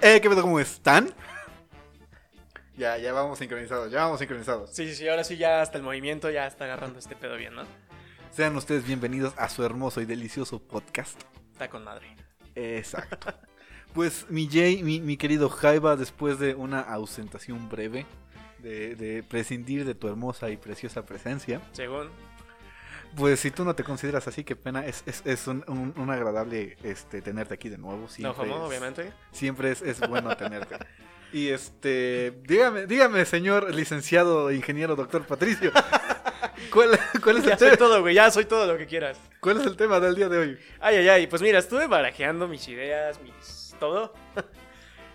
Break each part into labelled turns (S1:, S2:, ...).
S1: Eh, ¿qué pedo? ¿Cómo están? Ya, ya vamos sincronizados, ya vamos sincronizados.
S2: Sí, sí, sí, ahora sí ya hasta el movimiento ya está agarrando este pedo bien, ¿no?
S1: Sean ustedes bienvenidos a su hermoso y delicioso podcast.
S2: Está con madre.
S1: Exacto. Pues mi Jay, mi, mi querido Jaiba, después de una ausentación breve, de, de prescindir de tu hermosa y preciosa presencia,
S2: Según.
S1: pues si tú no te consideras así, qué pena, es, es, es un, un- un agradable este, tenerte aquí de nuevo.
S2: no,
S1: siempre
S2: como,
S1: es-
S2: obviamente.
S1: Siempre es, es bueno tenerte. Y este, dígame, dígame, señor licenciado, ingeniero, doctor Patricio, ¿cuál, cuál es,
S2: Ya
S1: el
S2: soy
S1: te-
S2: todo, güey, ya soy todo lo que quieras.
S1: cuál es el tema del día de hoy?
S2: Ay, ay, ay, pues mira, estuve barajeando mis ideas, mis... todo.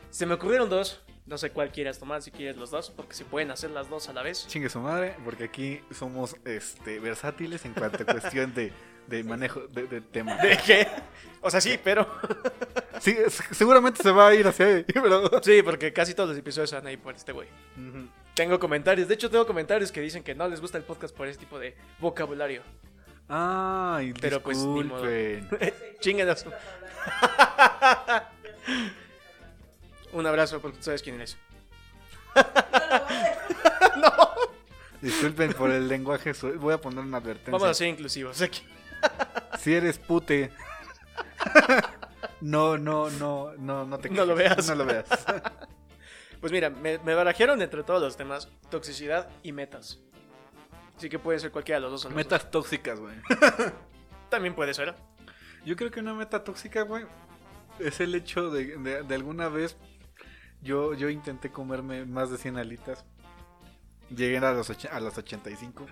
S2: Se me ocurrieron dos. No sé cuál quieras tomar, si quieres los dos, porque se pueden hacer las dos a la vez.
S1: Chingue su madre, porque aquí somos este, versátiles en cuanto a cuestión de, de manejo de, de tema.
S2: ¿De qué? O sea, sí, pero...
S1: Sí, es- seguramente se va a ir hacia ahí, pero...
S2: Sí, porque casi todos los episodios van ahí por este güey.
S1: Ujú.
S2: Tengo comentarios, de hecho tengo comentarios que dicen que no les gusta el podcast por ese tipo de vocabulario.
S1: Ay,
S2: Pero pues, ni modo.
S1: disculpen.
S2: Chinguen a su- Un abrazo porque tú sabes quién eres.
S1: Disculpen por el lenguaje, su- voy a poner una advertencia.
S2: Vamos a ser inclusivos aquí.
S1: Si eres pute. No, no, no, no, no te
S2: No lo
S1: quejes,
S2: veas.
S1: No lo veas.
S2: Pues mira, me, me barajearon entre todos los temas toxicidad y metas. Así que puede ser cualquiera de los dos. o los
S1: Metas tóxicas, güey.
S2: dos. También puede ser. ¿eh?
S1: Yo creo que una meta tóxica, güey, es el hecho de, de, de alguna vez yo, yo intenté comerme más de 100 alitas. Llegué a, los och- a las 85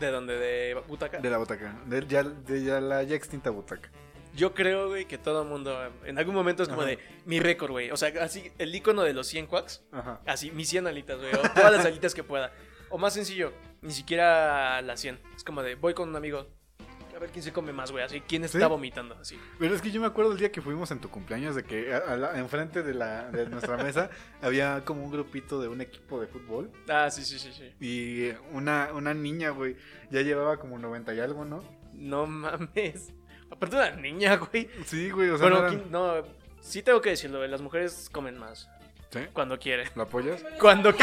S2: ¿De dónde? ¿De butaca?
S1: de la butaca. De, ya, de ya la ya extinta butaca.
S2: Yo creo, güey, que todo el mundo eh, en algún momento es como
S1: Ajá.
S2: de mi récord, güey. O sea, así el icono de los 100 quacks.
S1: Ajá.
S2: Así, mis 100 alitas, güey. O todas las alitas que pueda. O más sencillo, ni siquiera las 100. Es como de, voy con un amigo. A ver quién se come más, güey. Así, quién está
S1: ¿Sí?
S2: vomitando. Así.
S1: Pero es que yo me acuerdo el día que fuimos en tu cumpleaños de que a- a la- enfrente de, la, de nuestra mesa había como un grupito de un equipo de fútbol.
S2: Ah, sí, sí, sí, sí.
S1: Y una, una niña, güey, ya llevaba como 90 y algo, ¿no?
S2: No mames. Aparte una niña, güey.
S1: Sí, güey, o sea,
S2: Bueno,
S1: no eran-
S2: ¿quién- no, sí tengo que decirlo, güey, las mujeres comen más
S1: ¿Sí?
S2: cuando quieren.
S1: ¿Lo apoyas?
S2: Cuando que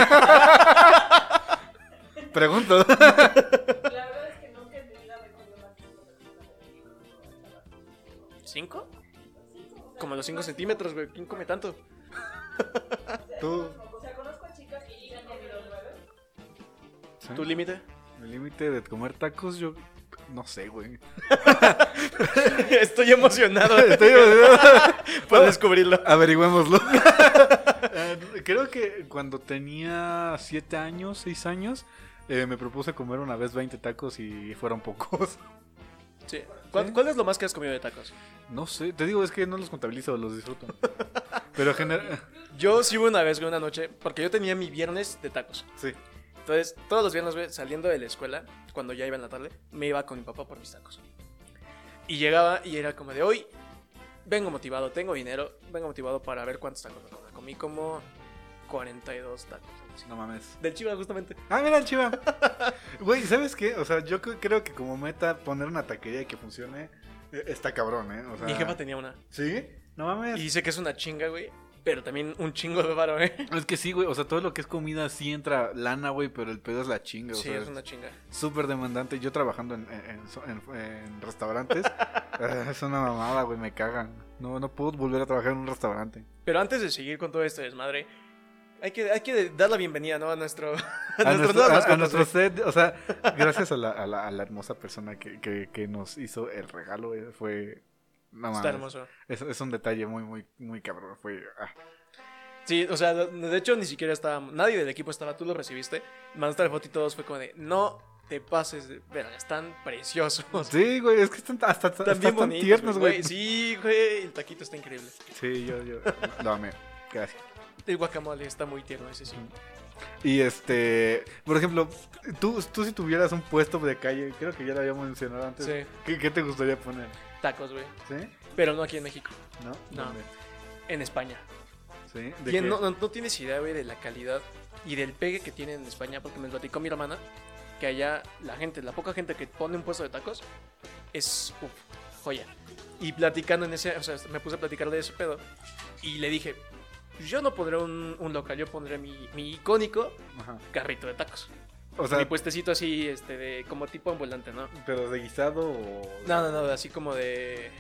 S1: Pregunto.
S3: La verdad es que nunca entendí la recomendación
S2: ¿Cinco? Como los cinco centímetros, güey. ¿Quién come tanto?
S1: Tú.
S3: O sea, conozco a chicas que sí han comido nueve.
S1: ¿Sí?
S2: ¿Tu límite?
S1: El límite de comer tacos, yo no sé, güey.
S2: Estoy emocionado
S1: Estoy-
S2: por descubrirlo.
S1: Averigüémoslo. Eh, Creo que cuando tenía 7 años, 6 años, eh, me propuse comer una vez 20 tacos y fueron pocos.
S2: Sí. ¿Cuál, cuál es lo más que has comido de tacos?
S1: No sé, te digo, es que no los contabilizo, los disfruto. Pero general.
S2: Yo sí hubo una vez, güey, una noche, porque yo tenía mi viernes de tacos.
S1: Sí.
S2: Entonces, todos los viernes, güey, saliendo de la escuela, cuando ya iba en la tarde, me iba con mi papá por mis tacos. Y llegaba y era como de hoy, vengo motivado, tengo dinero, vengo motivado para ver cuántos tacos me comí. Comí como 42 tacos. así.
S1: No mames.
S2: Del Chivas, justamente.
S1: Ah, mira el chiva. Güey, ¿sabes qué? O sea, yo cre- creo que como meta poner una taquería que funcione eh, está cabrón, ¿eh? O sea,
S2: Mi jefa tenía una.
S1: ¿Sí? No mames.
S2: Y dice que es una chinga, güey, pero también un chingo de varo, ¿eh?
S1: Es que sí, güey. O sea, todo lo que es comida sí entra lana, güey, pero el pedo es la chinga. O
S2: Sí,
S1: sea,
S2: es una chinga.
S1: súper demandante. Yo trabajando en, en- en- en restaurantes. eh, es una mamada, güey, me cagan. No, no puedo volver a trabajar en un restaurante.
S2: Pero antes de seguir con todo este desmadre, hay que, hay que dar la bienvenida, ¿no? A nuestro. A,
S1: A,
S2: nuestro-
S1: nuestro,
S2: nuevas
S1: a- a
S2: mascotas,
S1: nuestro
S2: güey.
S1: set, o sea, gracias a la, a la- a la hermosa persona que, que- que nos hizo el regalo, eh, fue... No
S2: Está
S1: mames.
S2: hermoso.
S1: Es, es un detalle muy, muy, muy cabrón. Fue. ah.
S2: Sí, o sea, de hecho ni siquiera estábamos. Nadie del equipo estaba, tú lo recibiste. Mandaste la foto y todos fue como de. No te pases de verga, están preciosos.
S1: Sí, güey, es que están hasta, hasta
S2: Están bien
S1: están
S2: bonitos.
S1: tiernos, güey. Sí.
S2: Sí, güey, el taquito está increíble.
S1: yo, yo. Lo amé. Gracias.
S2: El guacamole está muy tierno, ese sí.
S1: Y este, por ejemplo, tú, tú si tuvieras un puesto de calle, creo que ya lo habíamos mencionado antes.
S2: Sí,
S1: ¿Qué, qué te gustaría poner?
S2: tacos, güey.
S1: ¿Sí?
S2: Pero no aquí en México,
S1: ¿No?
S2: No.
S1: ¿Dónde?
S2: en España.
S1: ¿Sí? ¿De
S2: Bien,
S1: qué?
S2: no, no, no tienes idea, güey, de la calidad y del pegue que tienen en España, porque me platicó mi hermana que allá la gente, la poca gente que pone un puesto de tacos, es uf, joya. Y platicando en ese, o sea, me puse a platicar de ese pedo y le dije, Yo no pondré un, un local, yo pondré mi, mi icónico
S1: Ajá.
S2: carrito de tacos.
S1: O
S2: mi
S1: sea,
S2: puestecito así, este, de, como tipo ambulante, ¿no?
S1: pero de guisado o
S2: No, no, no, así como de.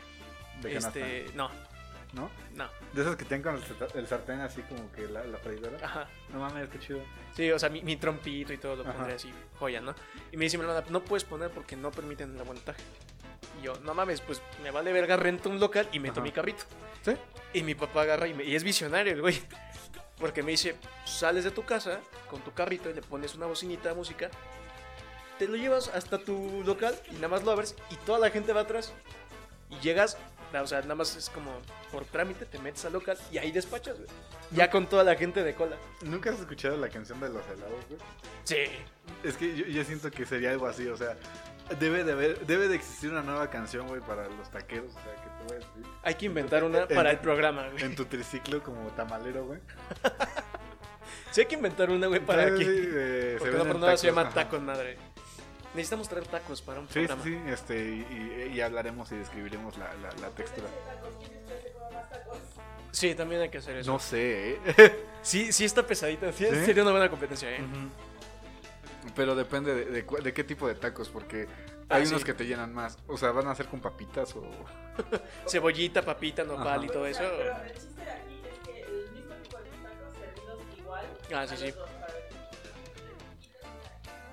S1: de canasta,
S2: este, no,
S1: ¿no?
S2: no,
S1: De esas que tienen con el, sarta- el sartén así como que la, la freidora.
S2: ajá.
S1: No mames, qué chido.
S2: Sí, o sea, mi, mi trompito y todo lo
S1: Ajá.
S2: pondré así, joya, ¿no? Y me dice mi hermana, no puedes poner porque no permiten el montaje. Y yo, no mames, pues me vale verga, rento un local y
S1: Ajá.
S2: meto mi carrito.
S1: ¿Sí?
S2: Y mi papá agarra y, me- y es visionario el güey. Porque me dice, sales de tu casa con tu carrito y le pones una bocinita de música, te lo llevas hasta tu local y nada más lo abres y toda la gente va atrás. Y llegas, o sea, nada más es como por trámite, te metes al local y ahí despachas, güey. Ya con toda la gente de cola.
S1: ¿Nunca has escuchado la canción de los helados, güey?
S2: Sí.
S1: Es que yo, yo siento que sería algo así, o sea, debe de, haber- debe de existir una nueva canción, güey, para los taqueros, o sea, que tú vayas así,
S2: Hay que inventar una para el programa, güey.
S1: en tu triciclo como tamalero, güey.
S2: Sí, hay que inventar una, güey, para
S1: Sí,
S2: aquí.
S1: sí, eh, se
S2: Porque no
S1: venden
S2: por nada se
S1: tacos,
S2: llama
S1: ajá.
S2: tacos, madre. Necesitamos traer tacos para un
S1: Sí, sí,
S2: programa.
S1: sí, este, y, y- y hablaremos y describiremos la, la- la textura.
S2: Sí, también hay que hacer eso.
S1: No sé, ¿eh?
S2: Sí, sí está pesadita. Sí,
S1: ¿Sí?
S2: Sería una buena competencia, ¿eh?
S1: Pero depende de, de cu- de qué tipo de tacos, porque
S2: Ah,
S1: hay
S2: sí.
S1: unos que te llenan más. O sea, van a ser con papitas o...
S2: Cebollita, papita, nopal
S1: Ajá.
S2: y todo eso.
S3: Pero el chiste de aquí es que el mismo tipo de tacos servidos igual.
S2: Ah,
S3: a
S2: sí,
S3: los
S2: sí.
S3: dos, para ver.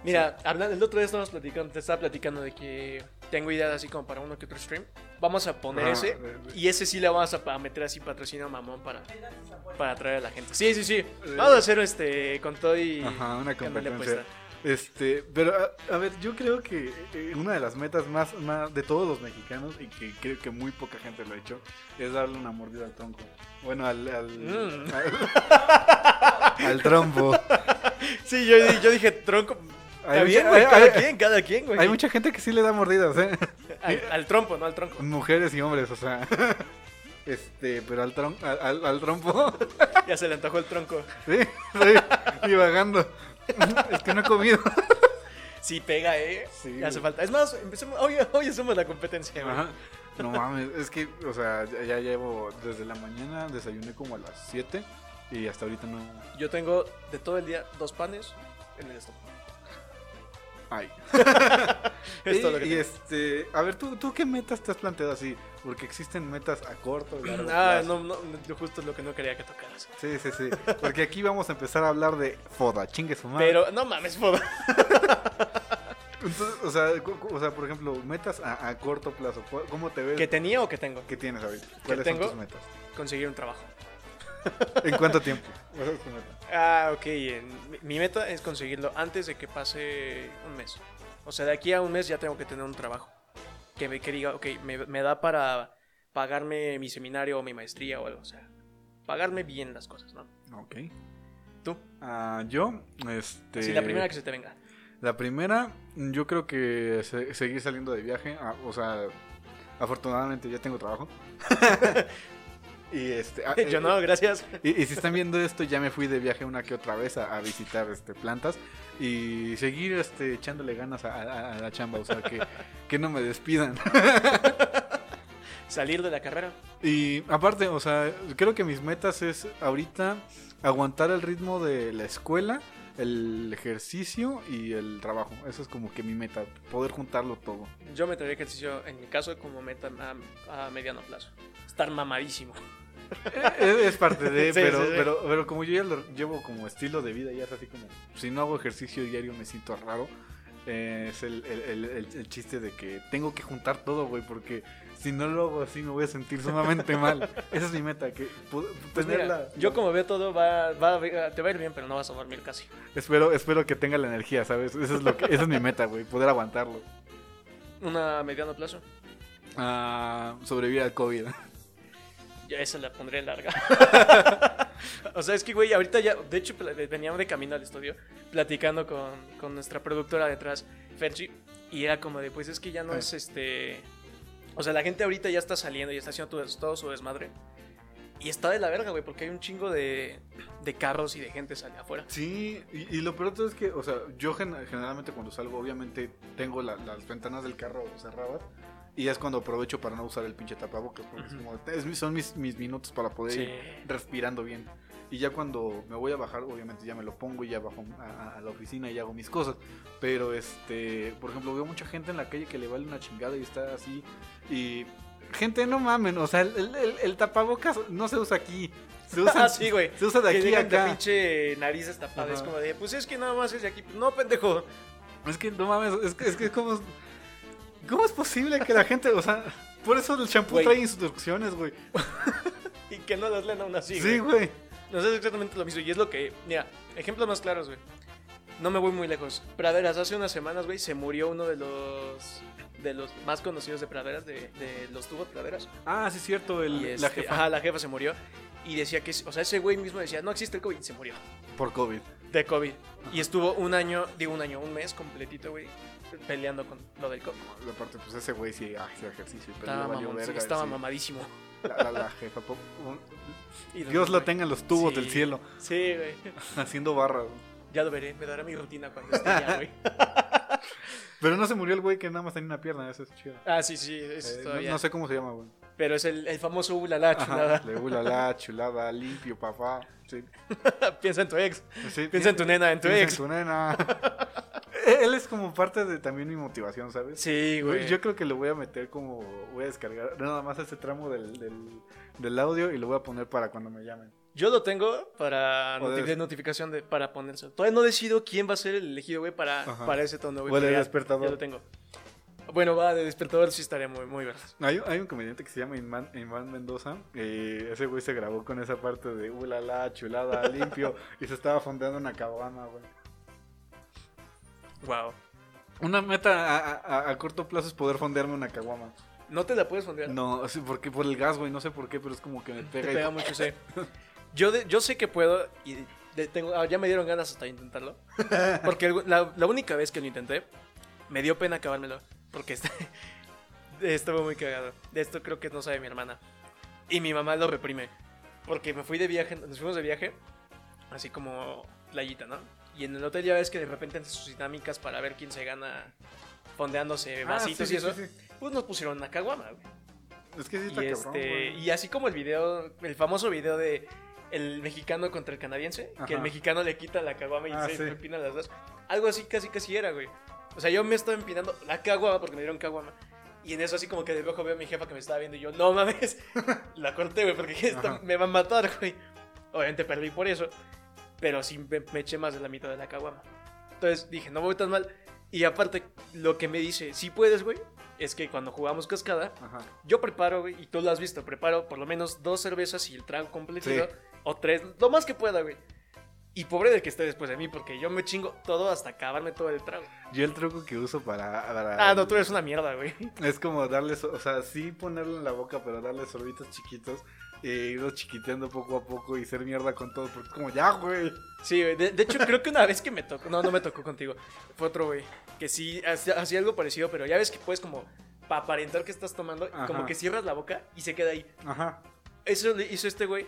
S2: Mira, hablando, el otro día estábamos platicando, te estaba platicando de que tengo ideas así como para uno que otro stream. Vamos a poner
S1: Ajá.
S2: ese. Y ese sí le vamos a pa- meter así patrocinio mamón para,
S3: Vendan sus apuestas.
S2: para atraer a la gente. Sí, sí, sí. Vamos a hacer este con todo y.
S1: Eh. Ajá, una
S2: ganándole
S1: competencia.
S2: apuesta.
S1: Este, pero a, a ver, yo creo que eh, una de las metas más, más de todos los mexicanos y que creo que muy poca gente lo ha hecho es darle una mordida al tronco. Bueno, al al,
S2: Mm.
S1: al- al trombo.
S2: Sí, yo, yo dije tronco. Está
S1: Hay
S2: bien,
S1: mucha-
S2: güey.
S1: hay-
S2: Cada
S1: hay-
S2: quien, cada quien, güey.
S1: Hay mucha gente que sí le da mordidas, ¿eh?
S2: Al, al trompo, no al tronco.
S1: Mujeres y hombres, o sea. Este, pero al, tron- al, al- al trompo,
S2: Ya se le antojó el tronco.
S1: sí, estoy divagando. Es que no he comido.
S2: Sí, pega, eh.
S1: Sí,
S2: Ya hace
S1: güey.
S2: falta. Es más, empecemos. Hoy, hoy hacemos la competencia, güey.
S1: Ajá. No mames, es que, o sea, ya, ya llevo desde la mañana, desayuné como a las 7 y hasta ahorita no.
S2: Yo tengo de todo el día dos panes en el estómago.
S1: Ay.
S2: Es
S1: y,
S2: todo lo que
S1: y
S2: tengo.
S1: este, a ver, ¿tú, ¿tú qué metas te has planteado así? Porque existen metas a corto, largo
S2: Ah,
S1: plazo.
S2: no, no, no, justo es lo que no quería que tocaras.
S1: Sí, sí, sí. Porque aquí vamos a empezar a hablar de foda, chingue su madre.
S2: Pero, no mames, foda.
S1: Entonces, o, sea, cu- cu- o sea, por ejemplo, metas a, a corto plazo. ¿cu- ¿Cómo te ves?
S2: ¿Que tenía o que tengo?
S1: ¿Qué tienes ahorita? ¿Cuáles
S2: tengo?
S1: son tus metas?
S2: Conseguir un trabajo.
S1: ¿En cuánto tiempo? ¿Cuál es tu meta?
S2: Ah, ok. en- mi- Mi meta es conseguirlo antes de que pase un mes. O sea, de aquí a un mes ya tengo que tener un trabajo. Que, me, que diga, ok, me, me da para pagarme mi seminario o mi maestría o algo. O sea, pagarme bien las cosas, ¿no?
S1: Ok.
S2: Tú.
S1: Ah, yo, este.
S2: Así la primera que se te venga.
S1: La primera, yo creo que se- seguir saliendo de viaje. ah, o sea, afortunadamente ya tengo trabajo. y este. ah,
S2: Yo
S1: eh,
S2: no, gracias.
S1: Y, y si están viendo esto, ya me fui de viaje una que otra vez a, a visitar este, plantas y seguir este, echándole ganas a, a- a la chamba, o sea, que, que no me despidan.
S2: Salir de la carrera.
S1: Y aparte, o sea, creo que mis metas es ahorita aguantar el ritmo de la escuela, el ejercicio y el trabajo. Eso es como que mi meta, poder juntarlo todo.
S2: Yo me traeré ejercicio, en mi caso, como meta a, a mediano plazo. Estar mamadísimo.
S1: Es, es parte de,
S2: Sí,
S1: pero,
S2: sí, sí.
S1: Pero, pero como yo ya lo llevo como estilo de vida, ya es así como, si no hago ejercicio diario me siento raro. Eh, es el, el- el- el- el chiste de que tengo que juntar todo, güey, porque si no lo hago así me voy a sentir sumamente mal. Esa es mi meta, que pu-
S2: Pues
S1: tener
S2: mira,
S1: la-
S2: yo como veo todo, va, va, te va a ir bien, pero no vas a dormir casi.
S1: Espero, espero que tenga la energía, ¿sabes? Eso es lo que, esa es mi meta, güey, poder aguantarlo.
S2: Una a mediano plazo.
S1: Ah, sobrevivir al COVID.
S2: Ya esa la pondré larga. o sea, es que, güey, ahorita ya. De hecho, pla- veníamos de camino al estudio platicando con, con nuestra productora detrás, Ferchi. Y era como de, pues es que ya no
S1: Ah.
S2: es este. O sea, la gente ahorita ya está saliendo, ya está haciendo todo, todo su desmadre. Y está de la verga, güey, porque hay un chingo de, de carros y de gente allá afuera.
S1: Sí, y, y lo peor de todo es que, o sea, yo gen- generalmente cuando salgo, obviamente tengo la- las ventanas del carro cerradas y es cuando aprovecho para no usar el pinche tapabocas, porque es
S2: Ujú.
S1: como, es mi- son mis, mis minutos para poder
S2: Sí.
S1: ir respirando bien. Y ya cuando me voy a bajar, obviamente ya me lo pongo y ya bajo a, a- a la oficina y hago mis cosas. Pero este, por ejemplo, veo mucha gente en la calle que le vale una chingada y está así. Y gente, no mamen, o sea, el, el- el- el tapabocas no se usa aquí. Se usa,
S2: Ah, sí, güey.
S1: se usa de
S2: que
S1: aquí a
S2: llegan de
S1: acá.
S2: pinche narices tapadas.
S1: Ajá.
S2: Es como de, pues es que nada más es de aquí. No, pendejo.
S1: Es que no mames, es que es, que es como. ¿Cómo es posible que la gente, o sea, por eso el champú
S2: Güey.
S1: trae instrucciones, güey?
S2: Y que no las leen aún así.
S1: Sí, güey.
S2: No es exactamente lo mismo. Y es lo que. Mira, ejemplos más claros, güey. No me voy muy lejos. Praderas, hace unas semanas, güey, se murió uno de los. De los más conocidos de praderas, de, de los tubos praderas.
S1: Ah, sí, es cierto, el,
S2: Y
S1: la
S2: este,
S1: jefa.
S2: Ajá, la jefa se murió. Y decía que. O sea, ese güey mismo decía, no existe el COVID. Y se murió
S1: Por COVID.
S2: de COVID. Y estuvo un año, digo un año, un mes completito, güey, peleando con lo del COVID.
S1: Aparte, pues ese güey sí hacía ejercicio, pero
S2: Estaba,
S1: le valió
S2: mamón, sí,
S1: verga,
S2: estaba
S1: sí.
S2: mamadísimo.
S1: La, la- la jefa. po- un-
S2: Y lo
S1: Dios
S2: vi,
S1: lo
S2: güey.
S1: tenga en los tubos
S2: Sí.
S1: del cielo,
S2: Sí, güey.
S1: haciendo barras. güey.
S2: Ya lo veré, me dará mi rutina cuando esté ya, güey.
S1: Pero no se murió el güey que nada más tenía una pierna, eso es chido.
S2: Ah, sí, sí, eso
S1: Eh, no,
S2: todavía.
S1: no sé cómo se llama, güey.
S2: Pero es el, el famoso ulala, chulada.
S1: Ajá, Le hula la chulada, limpio, papá. Sí.
S2: Piensa en tu ex.
S1: Sí,
S2: Piensa en tu nena, en tu
S1: piensa en
S2: ex.
S1: tu nena. Él es como parte de también mi motivación, ¿sabes?
S2: Sí, güey.
S1: Yo creo que lo voy a meter como. Voy a descargar nada más ese tramo del, del, del audio y lo voy a poner para cuando me llamen.
S2: Yo lo tengo para
S1: O
S2: noti-
S1: des-
S2: de notificación de, para ponerse. Todavía no decido quién va a ser el elegido, güey, para,
S1: Ajá.
S2: para ese tono, güey.
S1: O el
S2: pero ya-
S1: despertador.
S2: Ya lo tengo. Bueno, va, de despertador sí estaría muy, muy verde.
S1: Hay, hay un comediante que se llama Inman, Inman Mendoza. eh, ese güey se grabó con esa parte de ulala, chulada, limpio. y se estaba fondeando una cabana, güey.
S2: Wow.
S1: Una meta a, a- a corto plazo es poder fondearme una caguama.
S2: ¿No te la puedes fondear?
S1: No, sí, porque por el gas, güey, no sé por qué, pero es como que me
S2: Te
S1: pega. y-
S2: pega mucho, sí. Yo, de- yo sé que puedo y de- tengo, ah, ya me dieron ganas hasta de intentarlo. Porque algu- la, la única vez que lo intenté, me dio pena acabármelo. Porque est- estuvo muy cagado. De esto creo que no sabe mi hermana. Y mi mamá lo reprime. Porque me fui de viaje, nos fuimos de viaje, así como playita, ¿no? Y en el hotel ya ves que de repente hacen sus dinámicas para ver quién se gana fondeándose
S1: Ah,
S2: vasitos
S1: sí,
S2: y eso.
S1: sí, sí.
S2: Pues nos pusieron una caguama, güey.
S1: Es que sí está
S2: Y,
S1: cabrón,
S2: este,
S1: güey.
S2: y así como el video, el famoso video de el mexicano contra el canadiense, que el
S1: Ajá.
S2: mexicano le quita la caguama y
S1: Ah,
S2: se
S1: sí.
S2: empina las dos. Algo así casi casi era, güey. O sea, yo me estaba empinando la caguama porque me dieron caguama. Y en eso así como que de ojo veo a mi jefa que me estaba viendo y yo, no mames, la corté, güey, porque esto
S1: Ajá.
S2: me va a matar, güey. Obviamente perdí por eso, pero sí me, me eché más de la mitad de la caguama. Entonces dije, no voy tan mal. Y aparte, lo que me dice, si puedes, güey, es que cuando jugamos cascada,
S1: Ajá.
S2: yo preparo, güey, y tú lo has visto, preparo por lo menos dos cervezas y el trago completito,
S1: Sí.
S2: o tres, lo más que pueda, güey. Y pobre del que esté después de mí, porque yo me chingo todo hasta acabarme todo el trago.
S1: Yo el truco que uso para. para-
S2: Ah, no, tú eres una mierda, güey.
S1: Es como darle, so- o sea, sí ponerlo en la boca, pero darle sorbitos chiquitos. E irlo chiquiteando poco a poco y ser mierda con todo. Porque es como, ya, güey.
S2: Sí, güey. De, de hecho, creo que una vez que me tocó, no, no me tocó contigo, fue otro, güey, que sí hacía hacía algo parecido, pero ya ves que puedes como, para aparentar que estás tomando,
S1: Ajá.
S2: como que cierras la boca y se queda ahí.
S1: Ajá.
S2: Eso le hizo este güey.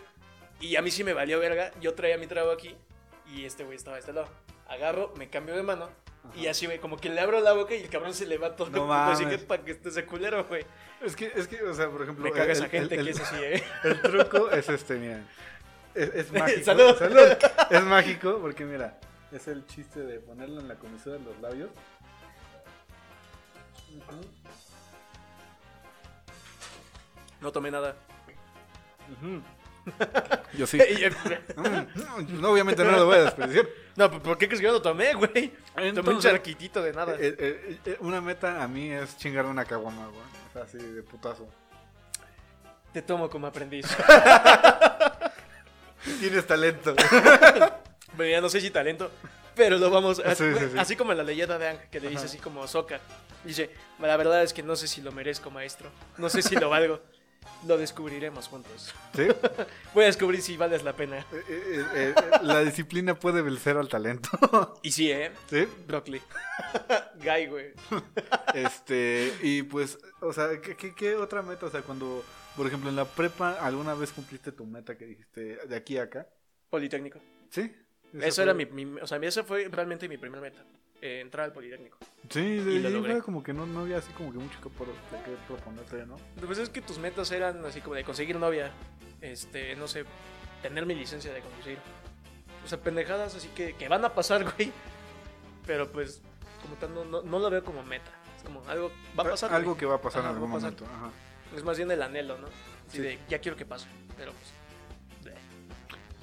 S2: Y a mí sí me valió verga. Yo traía mi trago aquí. Y este güey estaba de este lado. Agarro, me cambio de mano. Y
S1: Ajá.
S2: así, güey, como que le abro la boca y el cabrón se le va todo. Pues,
S1: No
S2: el así que
S1: mames.
S2: para que esté ese culero, güey.
S1: Es que, es que, o sea, por ejemplo.
S2: Me caga
S1: el-
S2: esa
S1: el-
S2: gente
S1: el-
S2: que
S1: el-
S2: es así, ¿eh?
S1: El truco es este, miren. Es, es mágico.
S2: Salud.
S1: Es mágico porque, mira, es el chiste de ponerlo en la comisura de los labios. Ujú,
S2: No tomé nada.
S1: ujú. Yo sí.
S2: Y, eh,
S1: Mm, No, obviamente no lo voy a desperdiciar.
S2: no, ¿por por qué crees que yo no tomé, güey? Tomé un
S1: Entonces,
S2: charquitito de nada.
S1: eh, eh, eh, una meta a mí es chingar una caguama, güey. O sea, así de putazo.
S2: Te tomo como aprendiz.
S1: Tienes talento.
S2: Bueno, ya no sé si talento, pero lo vamos. a-
S1: Sí, sí, sí.
S2: Así como en la leyenda de Ang, que le dice
S1: Ajá.
S2: así como Soca. Dice: La verdad es que no sé si lo merezco, maestro. No sé si lo valgo. lo descubriremos juntos.
S1: ¿Sí? Eh,
S2: Voy a descubrir si vales la pena.
S1: eh, eh, eh, la disciplina puede vencer al talento.
S2: Y sí, ¿eh?
S1: ¿Sí?
S2: Broccoli. Guy, güey.
S1: Este, y pues, o sea, ¿qué, qué, qué otra meta? O sea, cuando, por ejemplo, en la prepa, ¿alguna vez cumpliste tu meta que dijiste de aquí a acá?
S2: Politécnico.
S1: ¿Sí? Esa
S2: Eso
S1: fue-
S2: era mi, mi- O sea, esa fue realmente mi primer meta. eh, entrar al Politécnico.
S1: Sí, de
S2: y lo
S1: ahí
S2: logré.
S1: era como que no, no había así como que mucho que, por, por qué proponerte, ¿no?
S2: Pues Lo que pasa es que tus metas eran así como de conseguir novia. Este, no sé. tener mi licencia de conducir. O sea, pendejadas así que, que van a pasar, güey. Pero pues, como tal, no, no, no lo veo como meta. Es como algo va a pasar.
S1: Algo
S2: güey.
S1: que va a pasar
S2: Ajá,
S1: en algún
S2: va a pasar.
S1: momento. ajá.
S2: Es más bien el anhelo, ¿no? Así
S1: Sí.
S2: de, ya quiero que pase. Pero pues. bleh.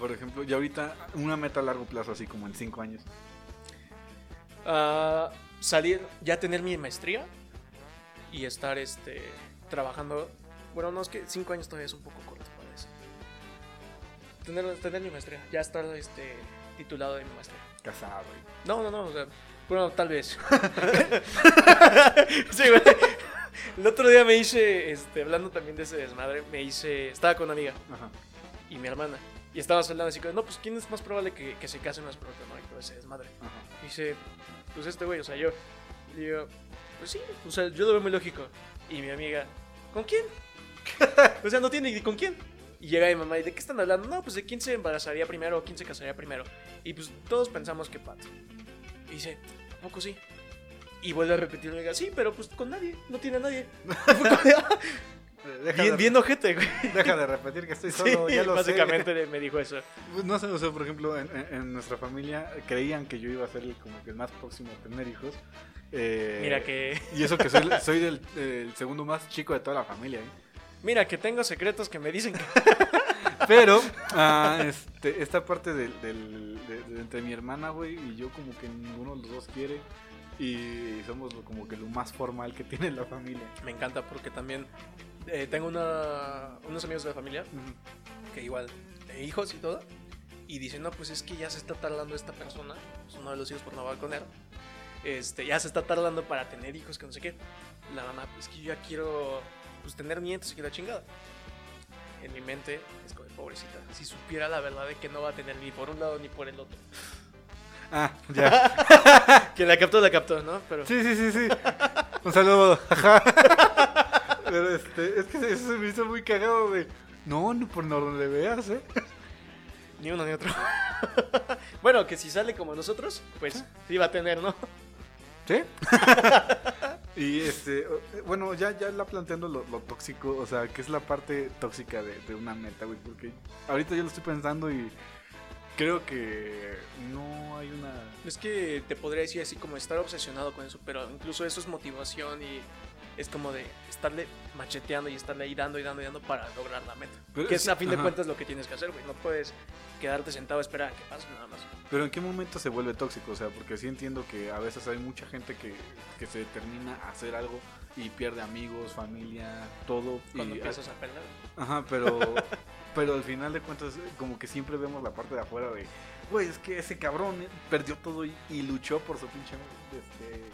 S1: Por ejemplo, ya ahorita una meta a largo plazo, así como en cinco años.
S2: Ah, salir, ya tener mi maestría y estar este, trabajando. Bueno, no es que cinco años todavía es un poco corto para eso. Tener, tener mi maestría, ya estar este, titulado de mi maestría.
S1: Casado. güey.
S2: No, no, no, o sea, bueno, tal vez. sí, güey. El otro día me hice, este, hablando también de ese desmadre, me hice, estaba con una amiga
S1: Ajá.
S2: y mi hermana. Y estábamos hablando así, como, no, pues, ¿quién es más probable que, que se case más pronto, no? Y todo ese desmadre.
S1: Ajá.
S2: Dice, pues este güey, o sea, yo. Y digo, pues sí, o sea, yo lo veo muy lógico. Y mi amiga, ¿con quién? o sea, no tiene ni con quién. Y llega mi mamá y, ¿de qué están hablando? No, pues de quién se embarazaría primero o quién se casaría primero. Y pues todos pensamos que Pat. Y dice, ¿a poco sí? Y vuelve a repetir, y diga, sí, pero pues con nadie, no tiene a nadie. Y fue como de, "Ah,
S1: Eh, Deja,
S2: bien,
S1: de,
S2: bien ojete, güey.
S1: deja de repetir que estoy
S2: Sí,
S1: solo, ya lo sé.
S2: básicamente me dijo eso.
S1: Pues No sé, o sea, por ejemplo, en, en- en nuestra familia creían que yo iba a ser el, como que el más próximo a tener hijos. Eh,
S2: Mira que,
S1: Y eso que soy, soy el, el segundo más chico de toda la familia, ¿eh?
S2: mira que tengo secretos que me dicen que
S1: Pero, ah, este, esta parte del, del- de, de entre mi hermana, güey, y yo como que ninguno de los dos quiere. Y somos lo- como que lo más formal que tiene la familia.
S2: Me encanta porque también eh, tengo una- unos amigos de la familia que igual, eh, hijos y todo, y dicen, no, pues es que ya se está tardando esta persona, es uno de los hijos por no balconer, este, ya se está tardando para tener hijos que no sé qué. La mamá, es que yo ya quiero pues, tener nietos y que la chingada. En mi mente es como, pobrecita, si supiera la verdad de que no va a tener ni por un lado ni por el otro.
S1: Ah, ya.
S2: Que la captó, la captó, ¿no? Pero...
S1: Sí, sí, sí, sí. Un saludo. Ajá. Pero este, es que eso se me hizo muy cagado, güey. No, no por no le veas, ¿eh?
S2: Ni uno ni otro. bueno, que si sale como nosotros, pues sí va a tener, ¿no?
S1: ¿Sí? y este, o- bueno, ya, ya la planteando lo, lo tóxico, o sea, que es la parte tóxica de, de una meta, güey, porque ahorita yo lo estoy pensando y creo que no hay una...
S2: Es que te podría decir así como estar obsesionado con eso, pero incluso eso es motivación y es como de estarle macheteando y estarle ahí dando y dando y dando para lograr la meta.
S1: Pero
S2: que
S1: es-
S2: es a fin de
S1: ajá.
S2: cuentas lo que tienes que hacer, güey. No puedes quedarte sentado a esperar a que pase nada más.
S1: Pero en qué momento se vuelve tóxico, o sea, porque sí entiendo que a veces hay mucha gente que, que se determina a hacer algo y pierde amigos, familia, todo.
S2: Cuando
S1: y, ah, eh,
S2: empiezas a perder.
S1: Ajá, pero, pero al final de cuentas, como que siempre vemos la parte de afuera de, güey, es que ese cabrón eh, perdió todo y, y luchó por su pinche este, eh,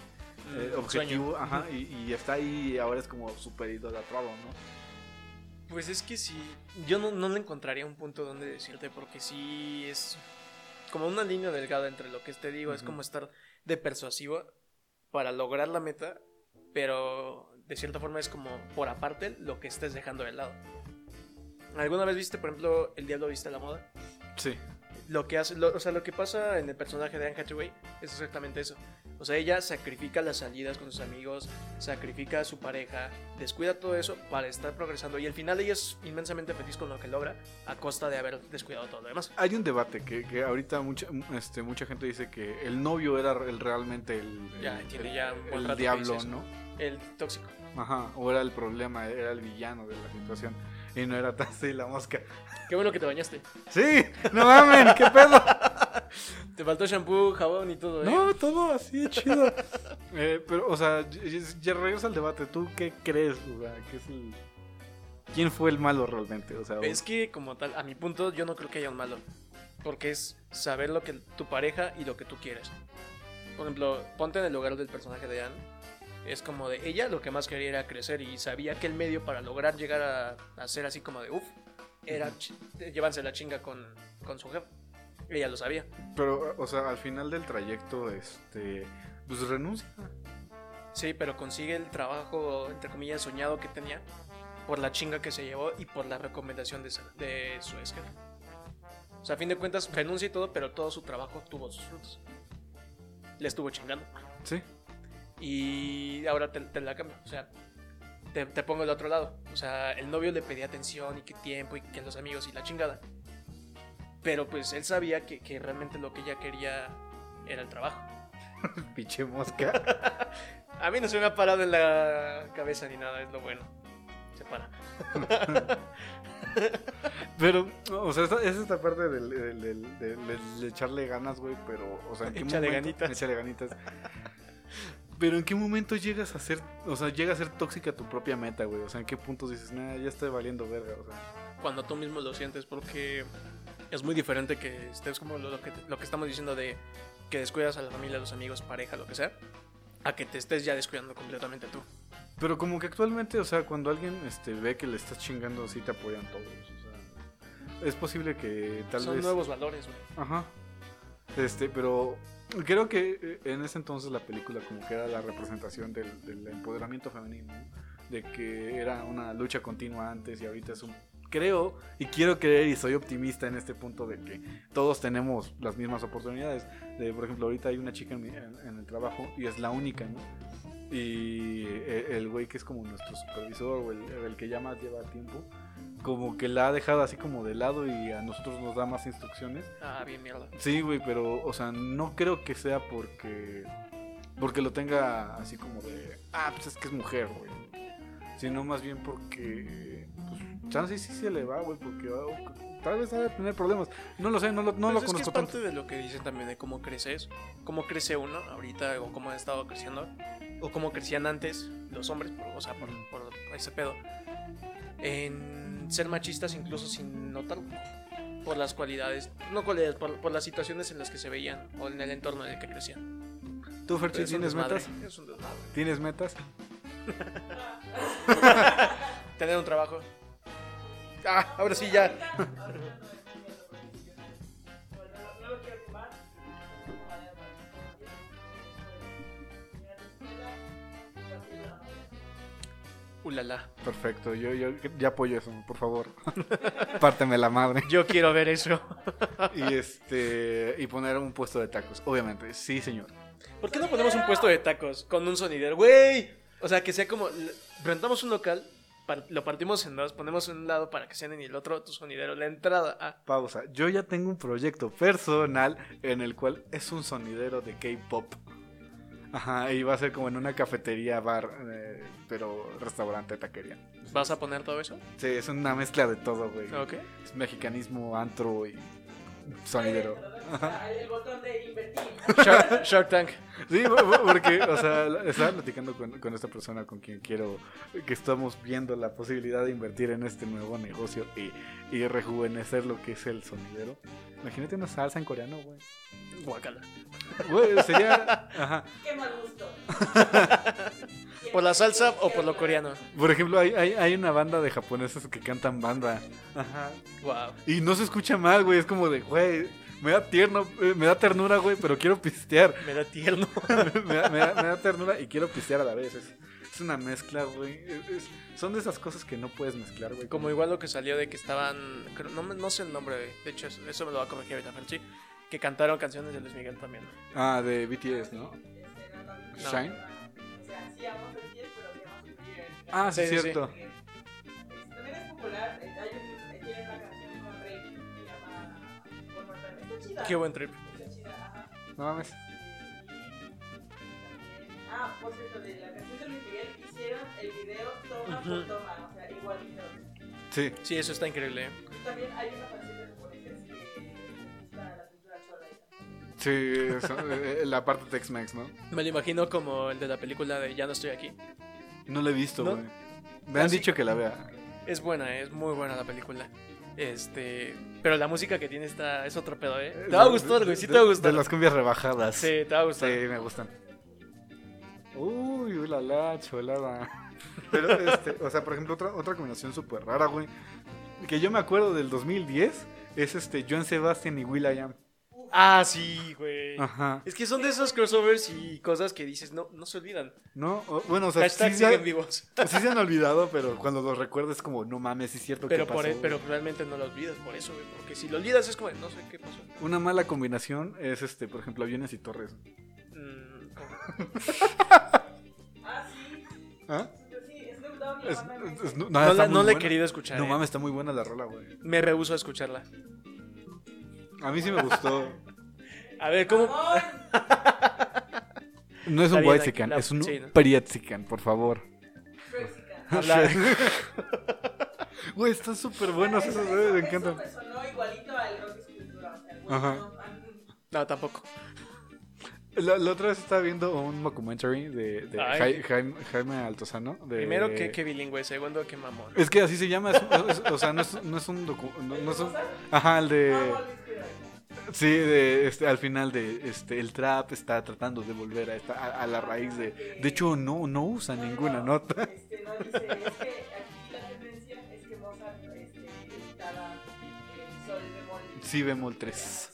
S2: Mm,
S1: objetivo,
S2: sueño.
S1: ajá, y, y está ahí y ahora es como súper idolatrado, ¿no?
S2: Pues es que sí, yo no, no le encontraría un punto donde decirte porque sí es como una línea delgada entre lo que te digo, es
S1: Ujú.
S2: como estar de persuasivo para lograr la meta, pero de cierta forma es como por aparte lo que estés dejando de lado. ¿Alguna vez viste, por ejemplo, El Diablo Viste a la Moda?
S1: Sí.
S2: lo que hace, lo- o sea, lo que pasa en el personaje de Anne Hathaway es exactamente eso. O sea, ella sacrifica las salidas con sus amigos, sacrifica a su pareja, descuida todo eso para estar progresando y al final ella es inmensamente feliz con lo que logra a costa de haber descuidado todo lo demás.
S1: Hay un debate que, que ahorita mucha, este, mucha gente dice que el novio era el, realmente el, el-
S2: Ya, tiene
S1: el-
S2: ya un buen
S1: el
S2: rato que
S1: diablo,
S2: dice eso.
S1: ¿no?
S2: El tóxico.
S1: Ajá, o era el problema, era el villano de la situación y no era Tansy la mosca.
S2: Qué bueno que te bañaste.
S1: Sí, no mamen, qué pedo.
S2: Te faltó shampoo, jabón y todo, ¿eh?
S1: No, todo así, chido. Eh, pero, o sea, ya- ya regresa al debate. ¿Tú qué crees? O sea, ¿qué es el- ¿Quién fue el malo realmente? O sea, o-
S2: Es que como tal, a mi punto yo no creo que haya un malo, porque es saber lo que tu pareja y lo que tú quieres. Por ejemplo, ponte en el lugar del personaje de Anne. Es como de ella lo que más quería era crecer y sabía que el medio para lograr llegar a, a ser así como de uff era ch- llévanse la chinga con, con su jefe. Ella lo sabía.
S1: pero, o sea, al final del trayecto, este, pues renuncia.
S2: Sí, pero consigue el trabajo, entre comillas, soñado que tenía por la chinga que se llevó y por la recomendación de, esa- de su ex jefe. O sea, a fin de cuentas renuncia y todo, pero todo su trabajo tuvo sus frutos. Le estuvo chingando.
S1: Sí.
S2: Y ahora te, te la cambio. O sea, te, te pongo el otro lado. O sea, el novio le pedía atención y que tiempo y que los amigos y la chingada. Pero pues él sabía que, que realmente lo que ella quería era el trabajo.
S1: Pinche mosca.
S2: A mí no se me ha parado en la cabeza ni nada, es lo bueno. Se para.
S1: Pero, o sea, esta- es esta parte del, del- del- del- del- de echarle ganas, güey, pero, o sea, ¿en qué
S2: Échale
S1: momento?
S2: ganitas.
S1: Échale ganitas. Pero ¿en qué momento llegas a ser, o sea, llega a ser tóxica tu propia meta, güey? O sea, ¿en qué puntos dices, nah, ya estoy valiendo verga, o sea?
S2: Cuando tú mismo lo sientes, porque es muy diferente que estés como lo, lo que, lo que estamos diciendo de que descuidas a la familia, a los amigos, pareja, lo que sea, a que te estés ya descuidando completamente tú.
S1: Pero como que actualmente, o sea, cuando alguien este, ve que le estás chingando, sí te apoyan todos, o sea, es posible que tal
S2: Son
S1: vez...
S2: nuevos valores, güey.
S1: Ajá. Este, pero creo que eh, en ese entonces la película como que era la representación del, del empoderamiento femenino, ¿no? de que era una lucha continua antes y ahorita es un... Creo y quiero creer y soy optimista en este punto de que todos tenemos las mismas oportunidades. De, por ejemplo, ahorita hay una chica en, mi- en- en el trabajo y es la única, ¿no? Y eh, el güey que es como nuestro supervisor o el, el que ya más lleva tiempo, como que la ha dejado así como de lado y a nosotros nos da más instrucciones.
S2: Ah, bien mierda.
S1: Sí, güey, pero, o sea, no creo que sea porque. Porque lo tenga así como de. Ah, pues es que es mujer, güey. Sino más bien porque. Pues, chance sí se le va, güey, porque ah, tal vez va a tener problemas. No lo sé, no lo, no lo
S2: Pues es que
S1: conozco
S2: es
S1: tanto.
S2: parte de lo que dicen también de cómo creces, cómo crece uno ahorita o cómo ha estado creciendo o cómo crecían antes los hombres, por, o sea, por, por ese pedo. En ser machistas incluso sin notarlo por las cualidades, no cualidades, por, por las situaciones en las que se veían o en el entorno en el que crecían.
S1: ¿Tú, Ferchi,
S2: Pero es un
S1: tienes
S2: desmadre,
S1: metas?
S2: Es un desmadre.
S1: ¿Tienes metas?
S2: Tener un trabajo. Ah, ahora sí ya.
S3: Ahorita, ahorita no es mi meta, porque yo no- bueno, no- no lo quiero quemar. No vale, vale. Ir a la escuela, partir de la mañana.
S2: Ulala.
S1: Perfecto, yo, yo ya apoyo eso, por favor. Párteme la madre.
S2: Yo quiero ver eso.
S1: Y este. Y poner un puesto de tacos, obviamente. Sí, señor.
S2: ¿Por qué no ponemos un puesto de tacos con un sonidero, güey? O sea, que sea como. l- Rentamos un local, par- lo partimos en dos, ponemos un lado para que cenen y el otro tu sonidero, la entrada. Ah,
S1: Pausa. Yo ya tengo un proyecto personal en el cual es un sonidero de K-pop. Ajá, y va a ser como en una cafetería, bar, eh, pero restaurante, taquería.
S2: ¿vas a poner todo eso?
S1: Sí, es una mezcla de todo, güey.
S2: Ok.
S1: Es mexicanismo, antro y sonidero.
S3: Ah, El botón de invertir.
S2: Shark, Shark Tank.
S1: Sí, bu- bu- porque, o sea, la- estaba platicando con, con esta persona con quien quiero, que estamos viendo la posibilidad de invertir en este nuevo negocio y, y rejuvenecer lo que es el sonidero. Imagínate una salsa en coreano, güey.
S2: Guacala.
S1: Güey, sería. Ajá.
S3: Qué mal gusto.
S2: ¿Por la salsa o por lo coreano?
S1: Por ejemplo, hay, hay, hay una banda de japoneses que cantan banda. Ajá.
S2: Wow.
S1: Y no se escucha mal, güey. Es como de, güey, me da tierno, eh, me da ternura, güey, pero quiero pistear.
S2: Me da tierno.
S1: me, da, me da- me da ternura y quiero pistear a la vez. Es, es una mezcla, güey. Es- es- son de esas cosas que no puedes mezclar, güey.
S2: Como igual lo que salió de que estaban. creo- No, me- no sé el nombre, güey. de hecho, eso, eso me lo va a corregir ahorita, Ferchi. Que cantaron canciones de Luis Miguel también. ¿no?
S1: Ah, de BTS, ¿no? Shine.
S3: Este, O sea, sí amo sentir, pero sí amo sentir.
S1: Ah, sí,
S2: Sí, sí, sí.
S1: cierto.
S3: Porque, eh, También es popular. eh, Hay un, eh, tiene una canción con Rey que se llama Por Mortal. Está chida.
S2: Qué buen trip.
S3: Está chida, ajá.
S1: No mames.
S3: Ah, por cierto, de la canción de Luis Miguel hicieron el video toma por
S2: Ujú.
S3: toma, o sea, igualito.
S1: Sí.
S2: Sí, eso está increíble. ¿eh?
S3: Y también hay una canción de japoneses que es para la cultura chola.
S1: Sí, eso, eh, eh, la parte Tex-Mex, ¿no?
S2: Me lo imagino como el de la película de Ya no estoy aquí.
S1: No la he visto,
S2: ¿No? Ah,
S1: güey. Me han
S2: Así-
S1: dicho que la vea.
S2: Es buena, es muy buena la película. Este, pero la música que tiene está es otro pedo, ¿eh? Te va a gustar, güey, sí te va a
S1: De-
S2: gustar.
S1: De las cumbias rebajadas.
S2: Sí, te va a
S1: Sí,
S2: gustar.
S1: me gustan. Uy, la la, cholada. Pero, este, o sea, por ejemplo, otra, otra combinación súper rara, güey. Que yo me acuerdo del 2010 es este Joan Sebastian y Will.i.am.
S2: Ah, sí, güey.
S1: Ajá.
S2: Es que son de esos crossovers y cosas que dices, no, no se olvidan.
S1: No, O- bueno, o sea,
S2: Hashtag
S1: sí se,
S2: siguen
S1: han,
S2: vivos.
S1: sí se han olvidado, pero cuando los recuerdas como, no mames, sí es cierto
S2: Pero,
S1: que
S2: por, e-
S1: pasó,
S2: pero
S1: güey.
S2: realmente no lo olvidas por eso, güey. Porque si lo olvidas es como, de, no sé qué pasó.
S1: Una mala combinación es, este, por ejemplo, aviones y torres.
S2: Mm,
S3: Ah, sí,
S1: ¿Ah?
S3: sí, Snoop Dogg
S1: Es-
S3: la banda
S1: es-
S3: MS.
S1: no
S2: no
S1: Ah, está
S2: la,
S1: muy
S2: no la he
S1: buena.
S2: querido escuchar.
S1: No
S2: eh.
S1: mames, está muy buena la rola, güey.
S2: Me rehuso a escucharla.
S1: A mí sí me gustó.
S2: A ver, ¿cómo?
S3: Mamón.
S1: No es
S2: Está
S1: un
S2: bien,
S1: Whitezican,
S2: la-
S1: es un
S2: sí, ¿no?
S1: Prietzican, por favor.
S3: Mexica.
S2: Hablar.
S1: Güey, están súper buenos
S3: Eso-
S1: esos,
S3: eso-
S1: güey, me
S3: eso
S1: encantan.
S3: me sonó igualito al rock escultura. O sea, güey,
S1: Ajá.
S3: no, a mí-
S2: No, tampoco.
S1: La, la otra vez estaba viendo un documentary de, de
S2: Ay.
S1: Jai- Jaime, Jaime Altozano. de-
S2: Primero, que, que bilingüe. Segundo, que mamón.
S1: Es que así se llama, es- es- o sea, no es, no es un docu... No, no es un- Ajá, el de...
S3: Mamón, disculpa.
S1: Sí, de, este, al final de este, el trap está tratando de volver a, esta- a, a la raíz de... De hecho, no, no usa
S3: No,
S1: ninguna
S3: no,
S1: nota.
S3: Este, no, dice, es que aquí la tendencia es que Mozart este, daba el sol bemol.
S1: Sí, bemol tres.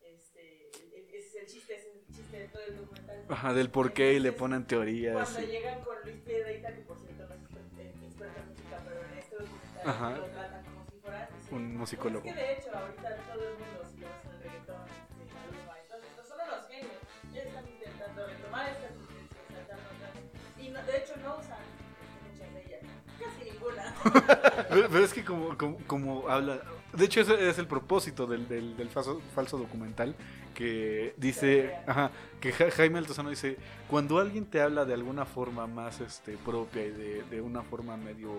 S3: Este, ese es el chiste, ese es el chiste de todo el documental.
S1: Ajá, del por qué y le
S3: Entonces,
S1: ponen teorías.
S3: Cuando
S1: y-
S3: llegan con Luis Piedrahita, que por cierto no es exper- eh, experto en música, pero en este documental
S1: Ajá.
S3: lo tratan como si fuera dice,
S1: Un musicólogo.
S3: Es que de hecho, ahorita todo el mundo, si lo ves en el reggaetón, este, la rumba, entonces, no solo los genios, ya están intentando retomar estas tendencias, saltar notas, y no- de hecho no usan muchas de ellas, casi ninguna.
S1: Pero, pero es que como, como, como habla... De hecho, ese es el propósito del, del, del falso, falso documental que dice... Ajá, que Ja- Jaime Altozano dice, cuando alguien te habla de alguna forma más este, propia y de, de una forma medio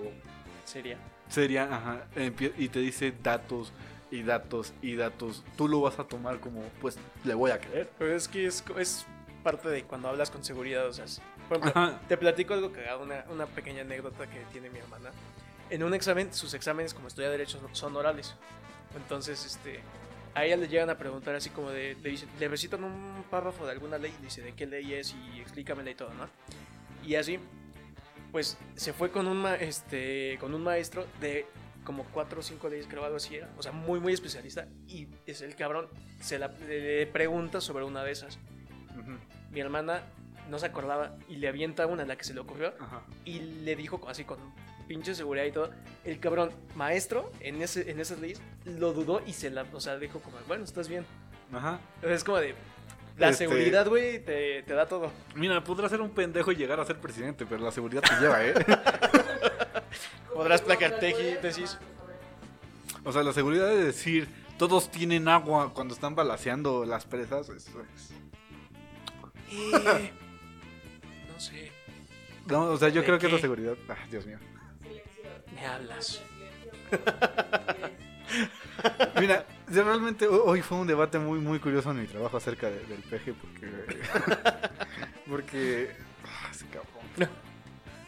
S2: Sería.
S1: seria, ajá, empie- y te dice datos y datos y datos, tú lo vas a tomar como, pues, le voy a creer.
S2: Pero es que es, es parte de cuando hablas con seguridad. O sea, es- por ejemplo,
S1: Ajá,
S2: Te platico algo cagado, una, una pequeña anécdota que tiene mi hermana. En un examen, sus exámenes como estudia Derecho no- son orales. Entonces, este, a ella le llegan a preguntar así como de, le, dicen- le recitan un párrafo de alguna ley, dice de qué ley es y explícamela y todo, ¿no? Y así, pues se fue con un, ma- este, con un maestro de como cuatro o cinco leyes, creo algo así era, o sea, muy, muy especialista. Y es el cabrón, se la, le le pregunta sobre una de esas.
S1: ujú,
S2: Mi hermana no se acordaba y le avienta una, la que se le ocurrió,
S1: ajá.
S2: y le dijo así con pinche seguridad y todo, el cabrón maestro en, ese, en esas leyes lo dudó y se la, o sea, dijo como, bueno, estás bien.
S1: ajá.
S2: Entonces es como de, la
S1: Este-
S2: seguridad, güey, te, te da todo.
S1: Mira, podrás ser un pendejo y llegar a ser presidente, pero la seguridad te lleva, ¿eh?
S2: Podrás placar
S3: Como
S2: teji-
S3: poder
S2: tesis.
S3: tomar sobre eso.
S1: O sea, la seguridad de decir, todos tienen agua cuando están balaseando las presas, es- es-
S2: Eh, no sé,
S1: No, o sea, yo
S2: ¿De
S1: creo que es la
S2: qué?
S1: seguridad. Ah, Dios mío.
S3: Silencio.
S2: me hablas.
S1: Mira, de- realmente ho- hoy fue un debate muy, muy curioso en mi trabajo acerca de- del peje, porque. porque. ah, se acabó.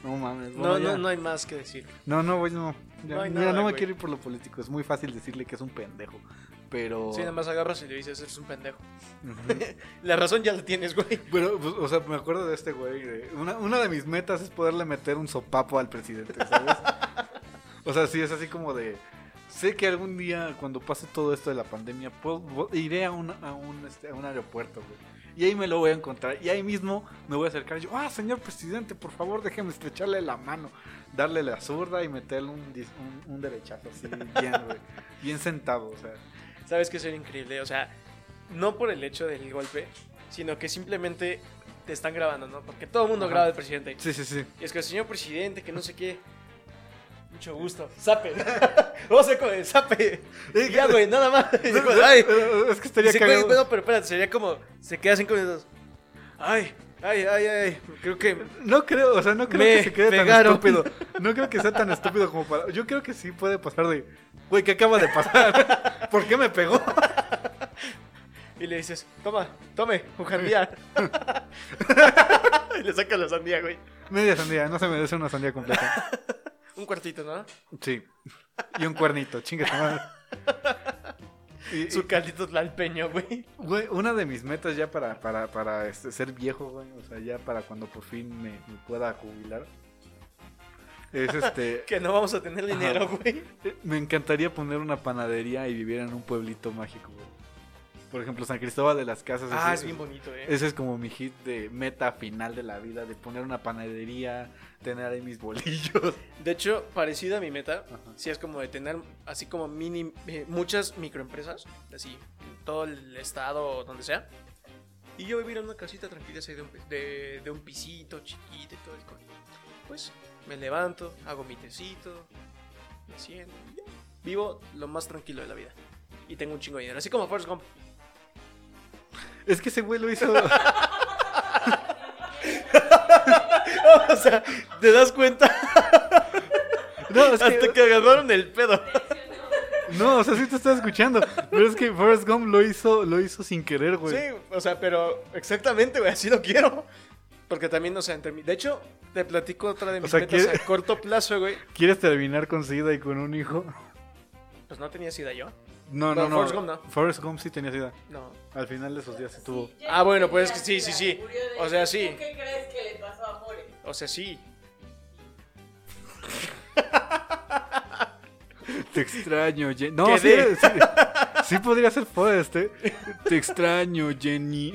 S1: No mames,
S2: No,
S1: Pues bueno, ya.
S2: no, no hay más que decir.
S1: No, no, güey, no. Ya,
S2: No hay
S1: mira,
S2: nada,
S1: no me
S2: güey.
S1: quiero ir por lo político. Es muy fácil decirle que es un pendejo. Pero.
S2: Sí, nada más agarras y le dices, eres un pendejo.
S1: Ujú.
S2: La razón ya la tienes, güey.
S1: Pero, pues, o sea, me acuerdo de este güey. de- Una, una de mis metas es poderle meter un sopapo al presidente, ¿sabes? o sea, sí, es así como de. Sé que algún día, cuando pase todo esto de la pandemia, puedo- vo- iré a un, a, un, este, a un aeropuerto, güey. Y ahí me lo voy a encontrar. Y ahí mismo me voy a acercar. y Yo, ah, señor presidente, por favor, déjeme estrecharle la mano. Darle la zurda y meterle un, dis- un, un derechazo así, bien, güey. Bien sentado, o sea.
S2: ¿Sabes qué es increíble? O sea, no por el hecho del golpe, sino que simplemente te están grabando, ¿no? Porque todo el mundo
S1: Ajá.
S2: graba al presidente.
S1: Sí, sí, sí.
S2: Y es que el señor presidente, que no sé qué. Mucho gusto. Zape. Vamos a hacer como de zape. Y ya, güey, nada más. Y yo como, ay.
S1: Es que estaría
S2: Dice, güey,
S1: cagado.
S2: no, pero espérate, sería como. Se queda cinco minutos. Ay, ay, ay, ay. Creo que.
S1: No creo, o sea, no creo
S2: Me
S1: que se quede
S2: pegaron.
S1: tan estúpido. No creo que sea tan estúpido como para. Yo creo que sí puede pasar de. Güey, ¿qué acaba de pasar? ¿Por qué me pegó?
S2: Y le dices, toma, tome, un sandía. y le sacas la sandía, güey.
S1: Media sandía, no se merece una sandía completa.
S2: Un cuartito, ¿no?
S1: Sí. Y un cuernito, chingue su madre. Y-
S2: Su caldito tlalpeño, güey.
S1: Güey, una de mis metas ya para, para, para este, ser viejo, güey, o sea, ya para cuando por fin me, me pueda jubilar, es este.
S2: Que no vamos a tener dinero,
S1: Ajá.
S2: güey.
S1: Eh, Me encantaría poner una panadería y vivir en un pueblito mágico, güey. Por ejemplo, San Cristóbal de las Casas.
S2: Ah,
S1: ese-
S2: es bien bonito, eh.
S1: Ese es como mi hit de meta final de la vida, de poner una panadería, tener ahí mis bolillos.
S2: De hecho, parecido a mi meta,
S1: Ajá.
S2: si es como de tener así como mini, eh, muchas microempresas, así, en todo el estado o donde sea. Y yo vivir en una casita tranquila, así de un, de, de un pisito chiquito y todo el coño. Pues me levanto, hago mi tecito, me siento, y ya. vivo lo más tranquilo de la vida. y tengo un chingo de dinero. Así como Forrest Gump.
S1: Es que ese güey lo hizo.
S2: o sea, te das cuenta
S1: No, es
S2: hasta
S1: que,
S2: que agarraron el pedo.
S1: no, o sea, sí te estaba escuchando. Pero es que Forrest Gump lo hizo, lo hizo sin querer, güey.
S2: Sí, o sea, pero exactamente, güey, así lo quiero. Porque también, o sea, entre mí- De hecho, te platico otra de mis
S1: sea,
S2: metas
S1: ¿quiere-
S2: a corto plazo, güey.
S1: ¿Quieres terminar con SIDA y con un hijo?
S2: Pues no tenía sida yo.
S1: No,
S2: Pero
S1: no, no.
S2: Forrest Gump no.
S1: Forrest Gump sí tenía SIDA.
S2: No.
S1: Al final de sus días sí tuvo.
S2: Ah, bueno, pues, es que sí, sí, sí. O sea, sí.
S3: ¿Tú ¿Qué crees que le pasó a More?
S2: O sea, sí.
S1: Te extraño, Jenny. No,
S2: ¿Qué
S1: sí,
S2: de?
S1: sí, sí podría ser Forrest, ¿eh? Te extraño, Jenny.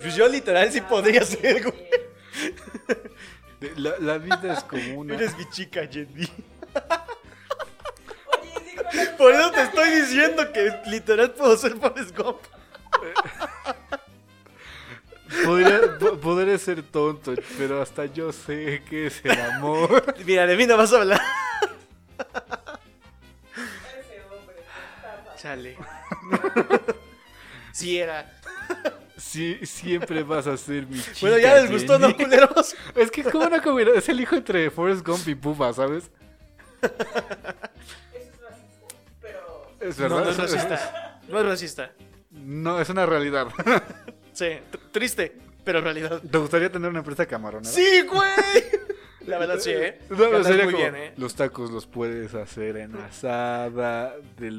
S2: Pues yo literal sí
S3: Ah,
S2: podría ser, güey.
S1: De- La, la vida es como una.
S2: Eres mi chica, Jenny.
S3: Oye, sí, con la-
S2: Por eso te estoy diciendo que literal puedo ser Forrest Gump.
S1: Podría, po- podré ser tonto, pero hasta yo sé que es el amor.
S2: Mira, de mí no vas a hablar.
S3: Ese hombre, estafa.
S2: Chale. Sí era.
S1: Sí, siempre vas a ser mi chica.
S2: Bueno, ya les gustó, ¿no,
S1: Jenny.
S2: culeros?
S1: Es que es como una combinación. Es el hijo entre Forrest Gump y Pupa, ¿sabes?
S3: Eso es racista, pero...
S1: Es
S2: No,
S1: verdad.
S2: no es
S1: es-
S2: racista. No es racista.
S1: no, es una realidad.
S2: Sí, tr- triste, pero en realidad.
S1: ¿Te gustaría tener una empresa camaronera?
S2: ¡Sí, güey! La verdad, sí, ¿eh?
S1: No,
S2: Cantas
S1: sería
S2: muy
S1: como,
S2: bien, ¿eh?
S1: Los tacos los puedes hacer en asada, de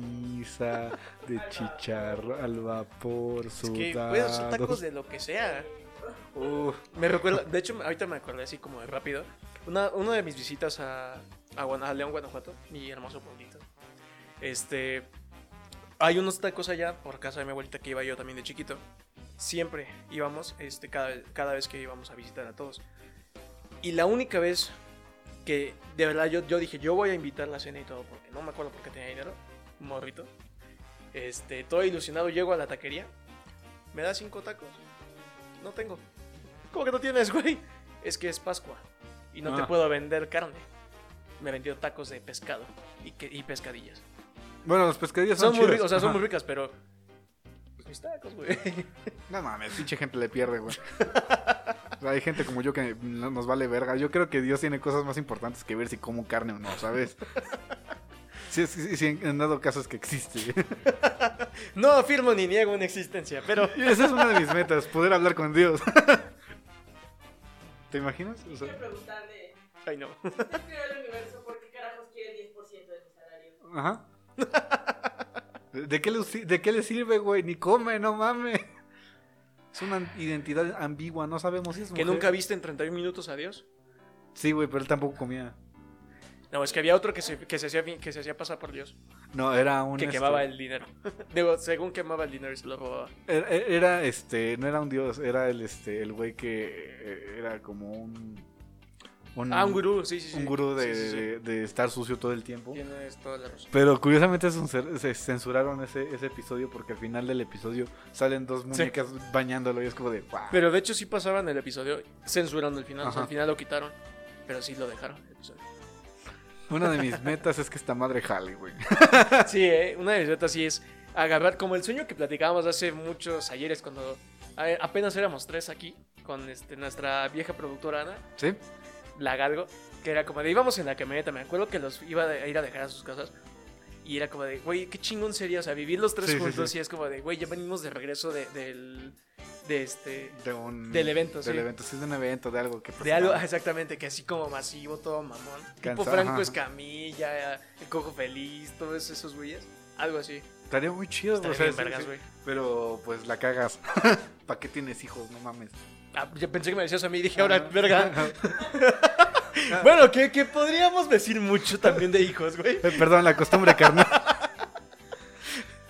S1: longaniza, de chicharro, al vapor,
S2: Es
S1: sudado.
S2: que, güey, son tacos de lo que sea.
S1: Uf,
S2: Me recuerda, de hecho, ahorita me acordé así como de rápido. Una, una de mis visitas a, a, Guana- a León, Guanajuato, mi hermoso pueblito. Este. Hay unos tacos allá por casa de mi abuelita que iba yo también de chiquito. Siempre íbamos, este, cada, cada vez que íbamos a visitar a todos. Y la única vez que de verdad yo, yo dije, yo voy a invitar la cena y todo, porque no me acuerdo por qué tenía dinero, morrito. Este, todo ilusionado, llego a la taquería, me da cinco tacos. No tengo. ¿Cómo que no tienes, güey? Es que es Pascua y no te
S1: Ah.
S2: puedo vender carne. Me vendió tacos de pescado y, que- y pescadillas.
S1: Bueno, los pescadillas son,
S2: Son, muy
S1: chidos.
S2: ricas, o sea, son
S1: Ah, Ajá.
S2: muy ricas, pero. pues, mis tacos, güey.
S1: No mames, pinche gente le pierde, güey. O sea, Hay gente como yo que no- nos vale verga. Yo creo que Dios tiene cosas más importantes que ver si como carne o no, ¿sabes? Si sí, sí, sí, en en dado caso es que existe.
S2: No afirmo ni niego una existencia, pero.
S1: Y esa es una de mis metas, poder hablar con Dios. ¿Te imaginas? O
S3: Quiero
S1: sea,
S3: preguntarle,
S2: Ay, no.
S3: ¿usted creó el universo por qué carajos quiere el 10% de mi salario?
S1: ajá. ¿De de qué le, si- de qué le sirve, güey? Ni come, no mames. Es una identidad ambigua, no sabemos si es
S2: ¿Que
S1: mujer.
S2: nunca viste en 31 minutos adiós?
S1: Sí, güey, pero él tampoco comía.
S2: No, es que había otro que se, que se, hacía, fin- que se hacía pasar por Dios.
S1: No, era un...
S2: Que
S1: este,
S2: quemaba el dinero. Digo, según quemaba el dinero y se lo robaba.
S1: Era, era, este, no era un dios, era el este, el güey que eh, era como un, un
S2: Ah, un gurú, sí, sí, sí.
S1: Mm. un gurú de,
S2: Sí, sí, sí.
S1: de- de estar sucio todo el tiempo.
S2: Tienes toda la razón.
S1: Pero curiosamente censu- se censuraron ese, ese episodio porque al final del episodio salen dos muñecas bañándolo y es como de "Guau".
S2: Pero de hecho sí pasaban el episodio censurando el final. o sea,
S1: Ajá.
S2: al final lo quitaron, pero sí lo dejaron el episodio.
S1: Una de mis metas es que esta madre jale, güey.
S2: Sí, eh, una de mis metas sí es agarrar como el sueño que platicábamos hace muchos ayeres cuando a- apenas éramos tres aquí con este, nuestra vieja productora Ana
S1: ¿Sí?
S2: Lagargo, que era como de íbamos en la camioneta, me acuerdo que los iba a ir a dejar a sus casas y era como de, güey, qué chingón sería, o sea, vivir los tres
S1: Sí, sí,
S2: juntos
S1: sí.
S2: y es como de, güey, ya venimos de regreso de, del de este
S1: De un
S2: Del evento,
S1: Del
S2: sí.
S1: evento, sí, de un evento, de algo que
S2: De algo, exactamente, que así como masivo, todo mamón. tipo
S1: Cansado,
S2: Franco
S1: ajá.
S2: Escamilla, el Cojo Feliz, todos esos güeyes. Algo así.
S1: Estaría muy chido,
S2: Estaría
S1: o sea,
S2: bien
S1: sí,
S2: vergas,
S1: sí.
S2: güey.
S1: Pero pues la cagas. ¿Para qué tienes hijos? No mames.
S2: Ah, yo pensé que me decías a mí y dije, ahora,
S1: Ajá.
S2: verga. bueno, que, que podríamos decir mucho también de hijos, güey.
S1: Eh, Perdón, la costumbre, carnal.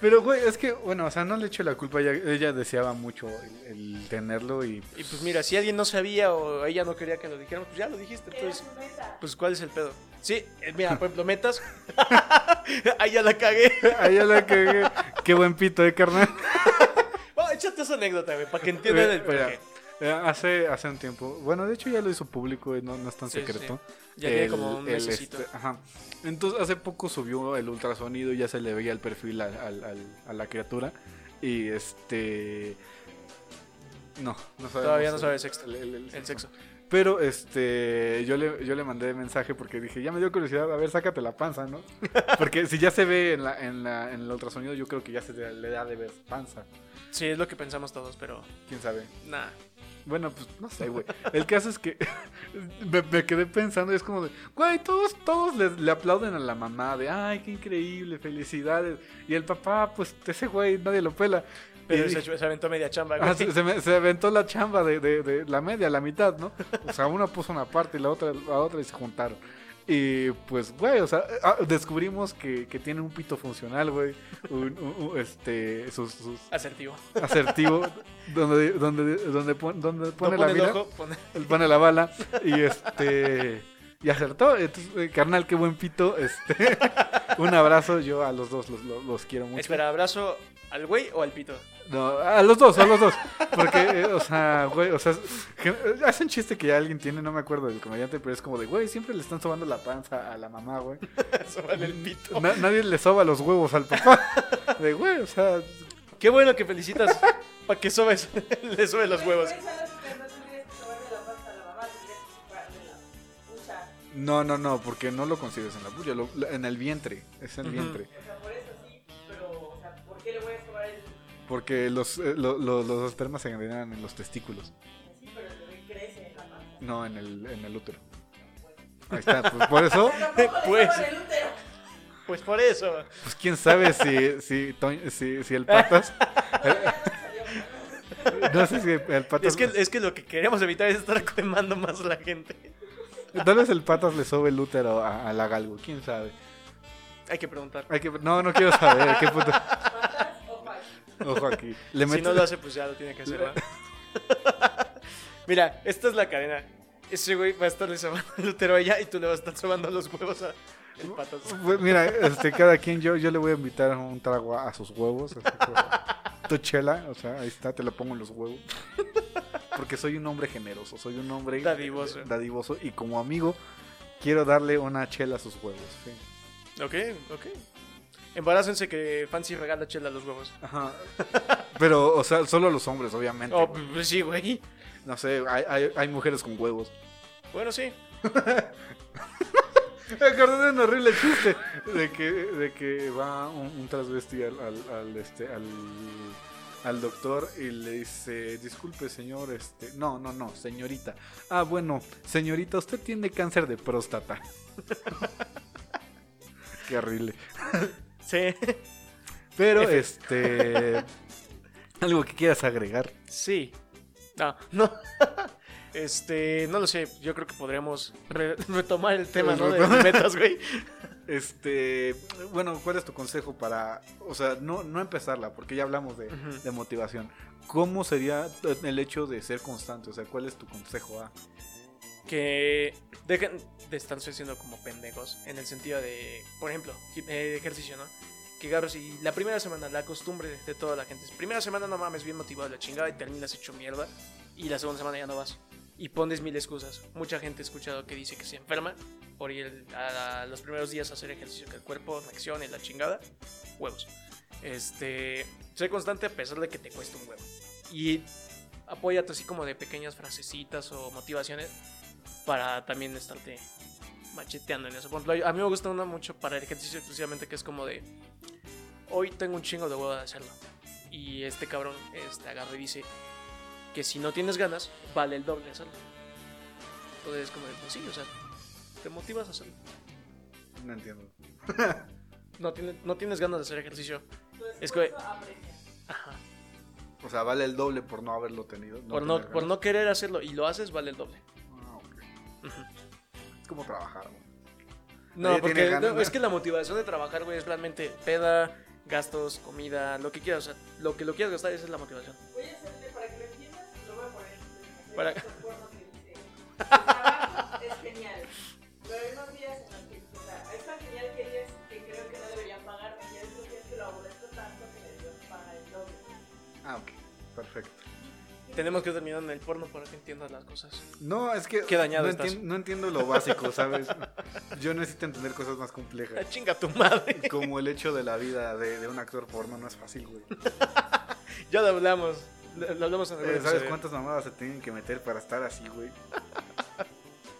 S1: Pero, güey, es que, bueno, o sea, no le echo la culpa. Ella, ella deseaba mucho el, el tenerlo y...
S2: Y pues mira, si alguien no sabía o ella no quería que lo dijéramos, pues ya lo dijiste.
S3: ¿Qué era
S2: Entonces,
S3: su meta?
S2: pues ¿cuál es el pedo? Sí, eh, mira, por ejemplo, metas. Ahí ya la cagué.
S1: A ella la cagué. Qué buen pito, ¿eh, carnal?
S2: Oh, échate esa anécdota, güey, para que entiendan el
S1: Mira,
S2: porqué.
S1: Eh, hace, hace un tiempo. Bueno, de hecho ya lo hizo público, eh, no, no es tan
S2: Sí, sí,
S1: secreto.
S2: Ya tiene
S1: El-
S2: como un
S1: el
S2: mesecito.
S1: este- ajá. Entonces hace poco subió el ultrasonido, ya se le veía el perfil al- al- al- a la criatura. Y este... No, no sabemos.
S2: Todavía no sabe el sexo.
S1: El, el- el
S2: El sexo.
S1: Pero este yo le, yo le mandé mensaje porque dije, ya me dio curiosidad, a ver, sácate la panza, ¿no? Porque si ya se ve en, la, en, la, en el ultrasonido, yo creo que ya se le le da de ver panza.
S2: Sí, es lo que pensamos todos, pero
S1: ¿Quién sabe?
S2: nada.
S1: Bueno, pues no sé, güey. El caso es que me, me quedé pensando, es como de, güey, todos, todos les- le, aplauden a la mamá de, ay, qué increíble, felicidades. Y el papá, pues ese güey nadie lo pela.
S2: Pero
S1: Y
S2: se,
S1: dije-
S2: se aventó media chamba, güey.
S1: Ah, se, se me- se aventó la chamba de, de- de la media, la mitad, ¿no? O sea, una puso una parte y la otra la otra y se juntaron. Y pues, güey, o sea, ah, descubrimos que, que tiene un pito funcional, güey. Un, un- un, este, sus, sus
S2: Asertivo.
S1: asertivo, donde, donde, donde, pon- donde pone la
S2: No pone el
S1: mira,
S2: ojo, pone-
S1: él pone la bala y este, y acertó. Entonces, eh, carnal, qué buen pito, este. Un abrazo, yo a los dos los, los- los quiero mucho.
S2: Espera, ¿abrazo al güey o al pito?
S1: No, a los dos, a los dos. Porque, eh, o sea, güey, o sea, gen- hace un chiste que ya alguien tiene, no me acuerdo del comediante, pero es como de, güey, siempre le están sobando la panza a la mamá, güey.
S2: Súbale el pito.
S1: Na- nadie le soba los huevos al papá. De, güey, o sea,
S2: Qué bueno que felicitas. Para que sobes, le sube los huevos.
S3: Por eso no te- no tendrías que sobarle la pasta a la mamá, tendrías que sobarle la pucha.
S1: no, no, no, porque no lo consigues en la bulla, lo- la- en el vientre, es en el
S2: Ujú.
S1: vientre.
S3: O sea, por eso sí, pero, o sea, ¿por qué le voy a sobar el.
S1: Porque los, eh, lo- lo- los espermas se generan en los testículos,
S3: Sí, pero el bebé crece en la panza.
S1: no en el, en el útero. Ahí está, pues por eso,
S3: Tampoco le
S2: Pues.
S3: soban el útero.
S2: Pues por eso.
S1: pues quién sabe si, si, Toño- si, si el patas.
S3: Salió mal.
S1: No sé si el patas.
S2: Es que, es que lo que queremos evitar es estar quemando más a la gente.
S1: Tal vez el patas le sobe el útero a, a la galgo, quién sabe.
S2: Hay que preguntar.
S1: Hay que- no, no quiero saber. ¿a ¿Qué puto?
S3: Patas o pais.
S1: Ojo aquí. Le
S2: Si
S1: meto-
S2: no lo hace, pues ya lo tiene que hacer. ¿va? Mira, esta es la cadena. Ese güey va a estarle sobando el útero a ella y tú le vas a estar sobando los huevos a el patas.
S1: Pues Mira, este, cada quien, yo, yo le voy a invitar un trago a, a sus huevos. así que- tu chela, o sea, ahí está, te la pongo en los huevos. Porque soy un hombre generoso, soy un hombre
S2: Dadivoso.
S1: dadivoso, y como amigo quiero darle una chela a sus huevos. sí.
S2: Ok, ok. Embarácense que Fancy regala chela a los huevos.
S1: Ajá. Pero, o sea, solo a los hombres, obviamente.
S2: Oh,
S1: güey.
S2: pues sí, güey.
S1: No sé, hay- hay, hay mujeres con huevos.
S2: Bueno, sí.
S1: Me acordé de un horrible chiste de que, de que va un, un transvesti al, al, al, este, al, al doctor y le dice, disculpe señor, este, no, no, no, señorita. Ah, bueno, señorita, usted tiene cáncer de próstata. Qué horrible.
S2: Sí.
S1: Pero, este, algo que quieras agregar.
S2: Sí. No, no. Este, no lo sé. Yo creo que podríamos re- retomar el tema, Pues ¿no? De, de metas, güey.
S1: Este, bueno, ¿cuál es tu consejo para, o sea, no, no empezarla, porque ya hablamos de,
S2: Ujú.
S1: de motivación. ¿Cómo sería el hecho de ser constante? O sea, ¿cuál es tu consejo a?
S2: que dejen de estar siendo como pendejos en el sentido de, por ejemplo, gi- eh, ejercicio, ¿no? Que Garros y la primera semana, la costumbre de toda la gente es, primera semana no mames, bien motivado la chingada y terminas hecho mierda y la segunda semana ya no vas. Y pones mil excusas. Mucha gente he escuchado que dice que se enferma por ir el- a, a los primeros días a hacer ejercicio, que el cuerpo reaccione, la chingada. Huevos. Este, sé constante a pesar de que te cueste un huevo. Y apóyate así como de pequeñas frasecitas o motivaciones para también estarte macheteando en eso. Por ejemplo, a mí me gusta una mucho para el ejercicio exclusivamente que es como de hoy tengo un chingo de huevo de hacerlo. Y este cabrón este, agarra y dice que si no tienes ganas, vale el doble hacerlo. Entonces es como de, pues sí, o sea, te motivas a hacerlo.
S1: No entiendo.
S2: No, tiene- no tienes ganas de hacer ejercicio.
S3: Tu
S2: Es que-
S3: esfuerzo aprecia.
S2: Ajá.
S1: O sea, vale el doble por no haberlo tenido.
S2: por, no,
S1: tener
S2: por
S1: ganas.
S2: no querer hacerlo y lo haces, vale el doble.
S1: Ah, ok.
S2: Ujú.
S1: Es como trabajar. güey.
S2: No,
S1: Nadie
S2: porque
S1: tiene ganas,
S2: no,
S1: ¿no?
S2: es que la motivación de trabajar, güey, es realmente peda, gastos, comida, lo que quieras. O sea, lo que lo quieras gastar, esa es la motivación.
S3: Voy a hacerte para que lo entiendas, lo voy a poner.
S2: Para-
S3: Hay muchos pornos que dice, "El trabajo es genial. Pero hay unos días en los que o sea, es tan genial que ellas que creo que no deberían pagarme. Y hay otros días que lo aborrezco tanto que me deberían pagar el doble.
S1: Ah, ok. Perfecto.
S3: Y
S2: Tenemos que terminar en el porno para que entiendas las cosas.
S4: No, es que
S2: Qué dañado
S4: no,
S2: estás.
S4: entien- no entiendo lo básico, ¿sabes? Yo necesito entender cosas más
S2: Ah,
S4: complejas.
S2: chinga tu madre.
S4: Como el hecho de la vida de, de un actor porno no es fácil, güey.
S2: Ya lo hablamos. Lo lo hablamos en algún
S4: Eh, ¿Sabes
S2: episodio.
S4: cuántas mamadas se tienen que meter para estar así, güey?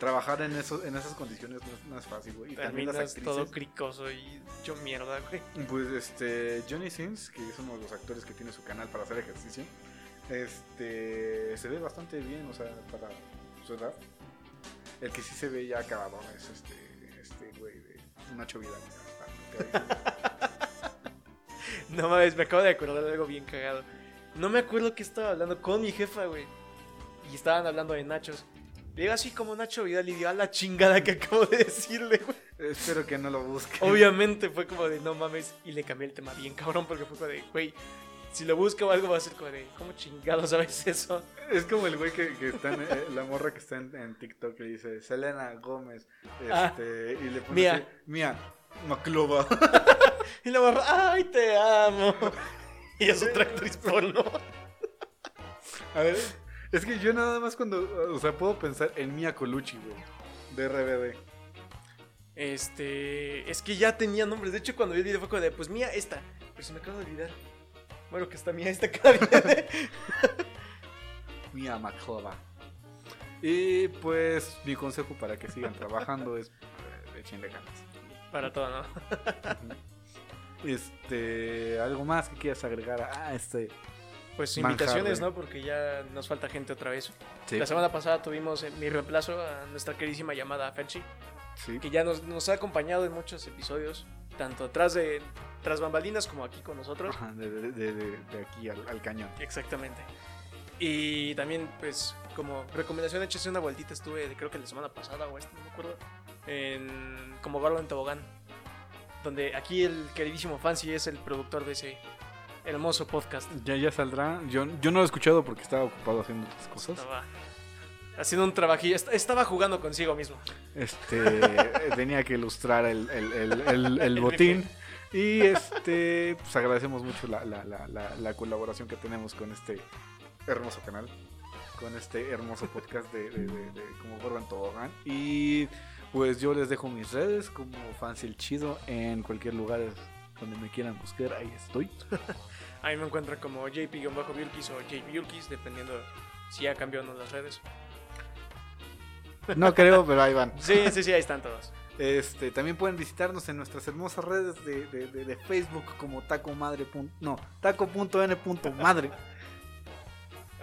S4: Trabajar en, eso, en esas condiciones no es, no es fácil, güey. Y también las
S2: Terminas todo
S4: actrices.
S2: cricoso y hecho mierda, güey.
S4: Pues este, Johnny Sins, que es uno de los actores que tiene su canal para hacer ejercicio, este, se ve bastante bien, o sea, para su edad. El que sí se ve ya acabado es este, este güey de Nacho Vidal.
S2: No mames, me acabo de acordar de algo bien cagado. No me acuerdo que estaba hablando con mi jefa, güey. Y estaban hablando de nachos. Llega así como Nacho Vidal y dio a la chingada que acabo de decirle, güey.
S4: Espero que no lo busque.
S2: Obviamente fue como de no mames. Y le cambié el tema bien cabrón porque fue como de, güey, si lo busco o algo va a ser como de, ¿cómo chingado sabes eso?
S4: Es como el güey que, que está en, eh, la morra que está en, en TikTok que dice Selena Gómez, este,
S2: Ah,
S4: y le pone
S2: Mía.
S4: así, Mía Maclova.
S2: Y la barra, ¡ay, te amo! Y es otra actriz porno.
S4: A ver, es que yo nada más cuando, o sea, puedo pensar en Mia Colucci, güey, de RBD.
S2: Este. Es que ya tenía nombres. De hecho, cuando vi el video fue como de, pues mía, esta. Pero se me acaba de olvidar. Bueno, que está mía, esta cada día.
S4: Mia Maclova. Y pues mi consejo para que sigan trabajando es eh, echenle ganas.
S2: Para todo, ¿no?
S4: Este, algo más que quieras agregar a ah, este.
S2: Pues
S4: Manjar,
S2: invitaciones,
S4: güey.
S2: ¿no? Porque ya nos falta gente otra vez.
S4: Sí.
S2: La semana pasada tuvimos eh, mi reemplazo a nuestra queridísima llamada Ferchi,
S4: Sí.
S2: que ya nos, nos ha acompañado en muchos episodios, tanto tras de tras bambalinas como aquí con nosotros.
S4: Ajá, De, de- de- de- de aquí al, al cañón.
S2: Exactamente. Y también, pues, como recomendación, échese una vueltita. Estuve, creo que la semana pasada o esta, no me acuerdo. En, como Barlo en Tobogán. Donde aquí el queridísimo Fancy es el productor de ese hermoso podcast.
S4: Ya, ya saldrá. Yo, yo no lo he escuchado porque estaba ocupado haciendo otras cosas.
S2: Estaba haciendo un trabajillo. est- Estaba jugando consigo mismo.
S4: Este, tenía que ilustrar el, el- el- el- el botín. Y este, pues agradecemos mucho la, la- la- la- la colaboración que tenemos con este hermoso canal, con este hermoso podcast de, de- de- de como Gorban Tobogán. Y pues yo les dejo mis redes como Fancy el Chido en cualquier lugar donde me quieran buscar, ahí estoy.
S2: Ahí me encuentran como JP-Biulkis o JP dependiendo si ya cambió o no las redes.
S4: No creo, pero ahí van.
S2: Sí, sí, sí, ahí están todos.
S4: Este, también pueden visitarnos en nuestras hermosas redes de, de- de- de Facebook como tacomadre. pun- No, taco.n.madre.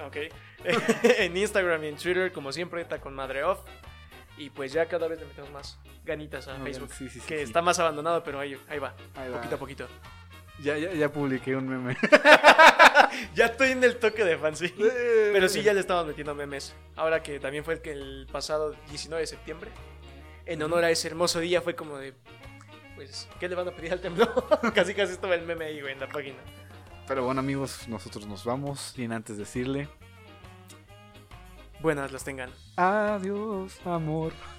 S2: Ok. en Instagram y en Twitter, como siempre, está con madre off. Y pues ya cada vez le metemos más ganitas a Facebook.
S4: Sí, sí, sí,
S2: que
S4: sí.
S2: está más abandonado, pero ahí, ahí va.
S4: Ahí va.
S1: Ah.
S2: Poquito a poquito.
S4: Ya, ya, ya publiqué un meme.
S2: Ya estoy en el toque de fancy. Pero sí, ya le estamos metiendo memes. Ahora que también fue el, que el pasado 19 de septiembre. En honor a ese hermoso día fue como de... Pues, ¿qué le van a pedir al temblor? casi casi estaba el meme ahí, güey, en la página.
S4: Pero bueno, amigos, nosotros nos vamos. Sin antes decirle:
S2: Buenas las tengan.
S4: Adiós, amor.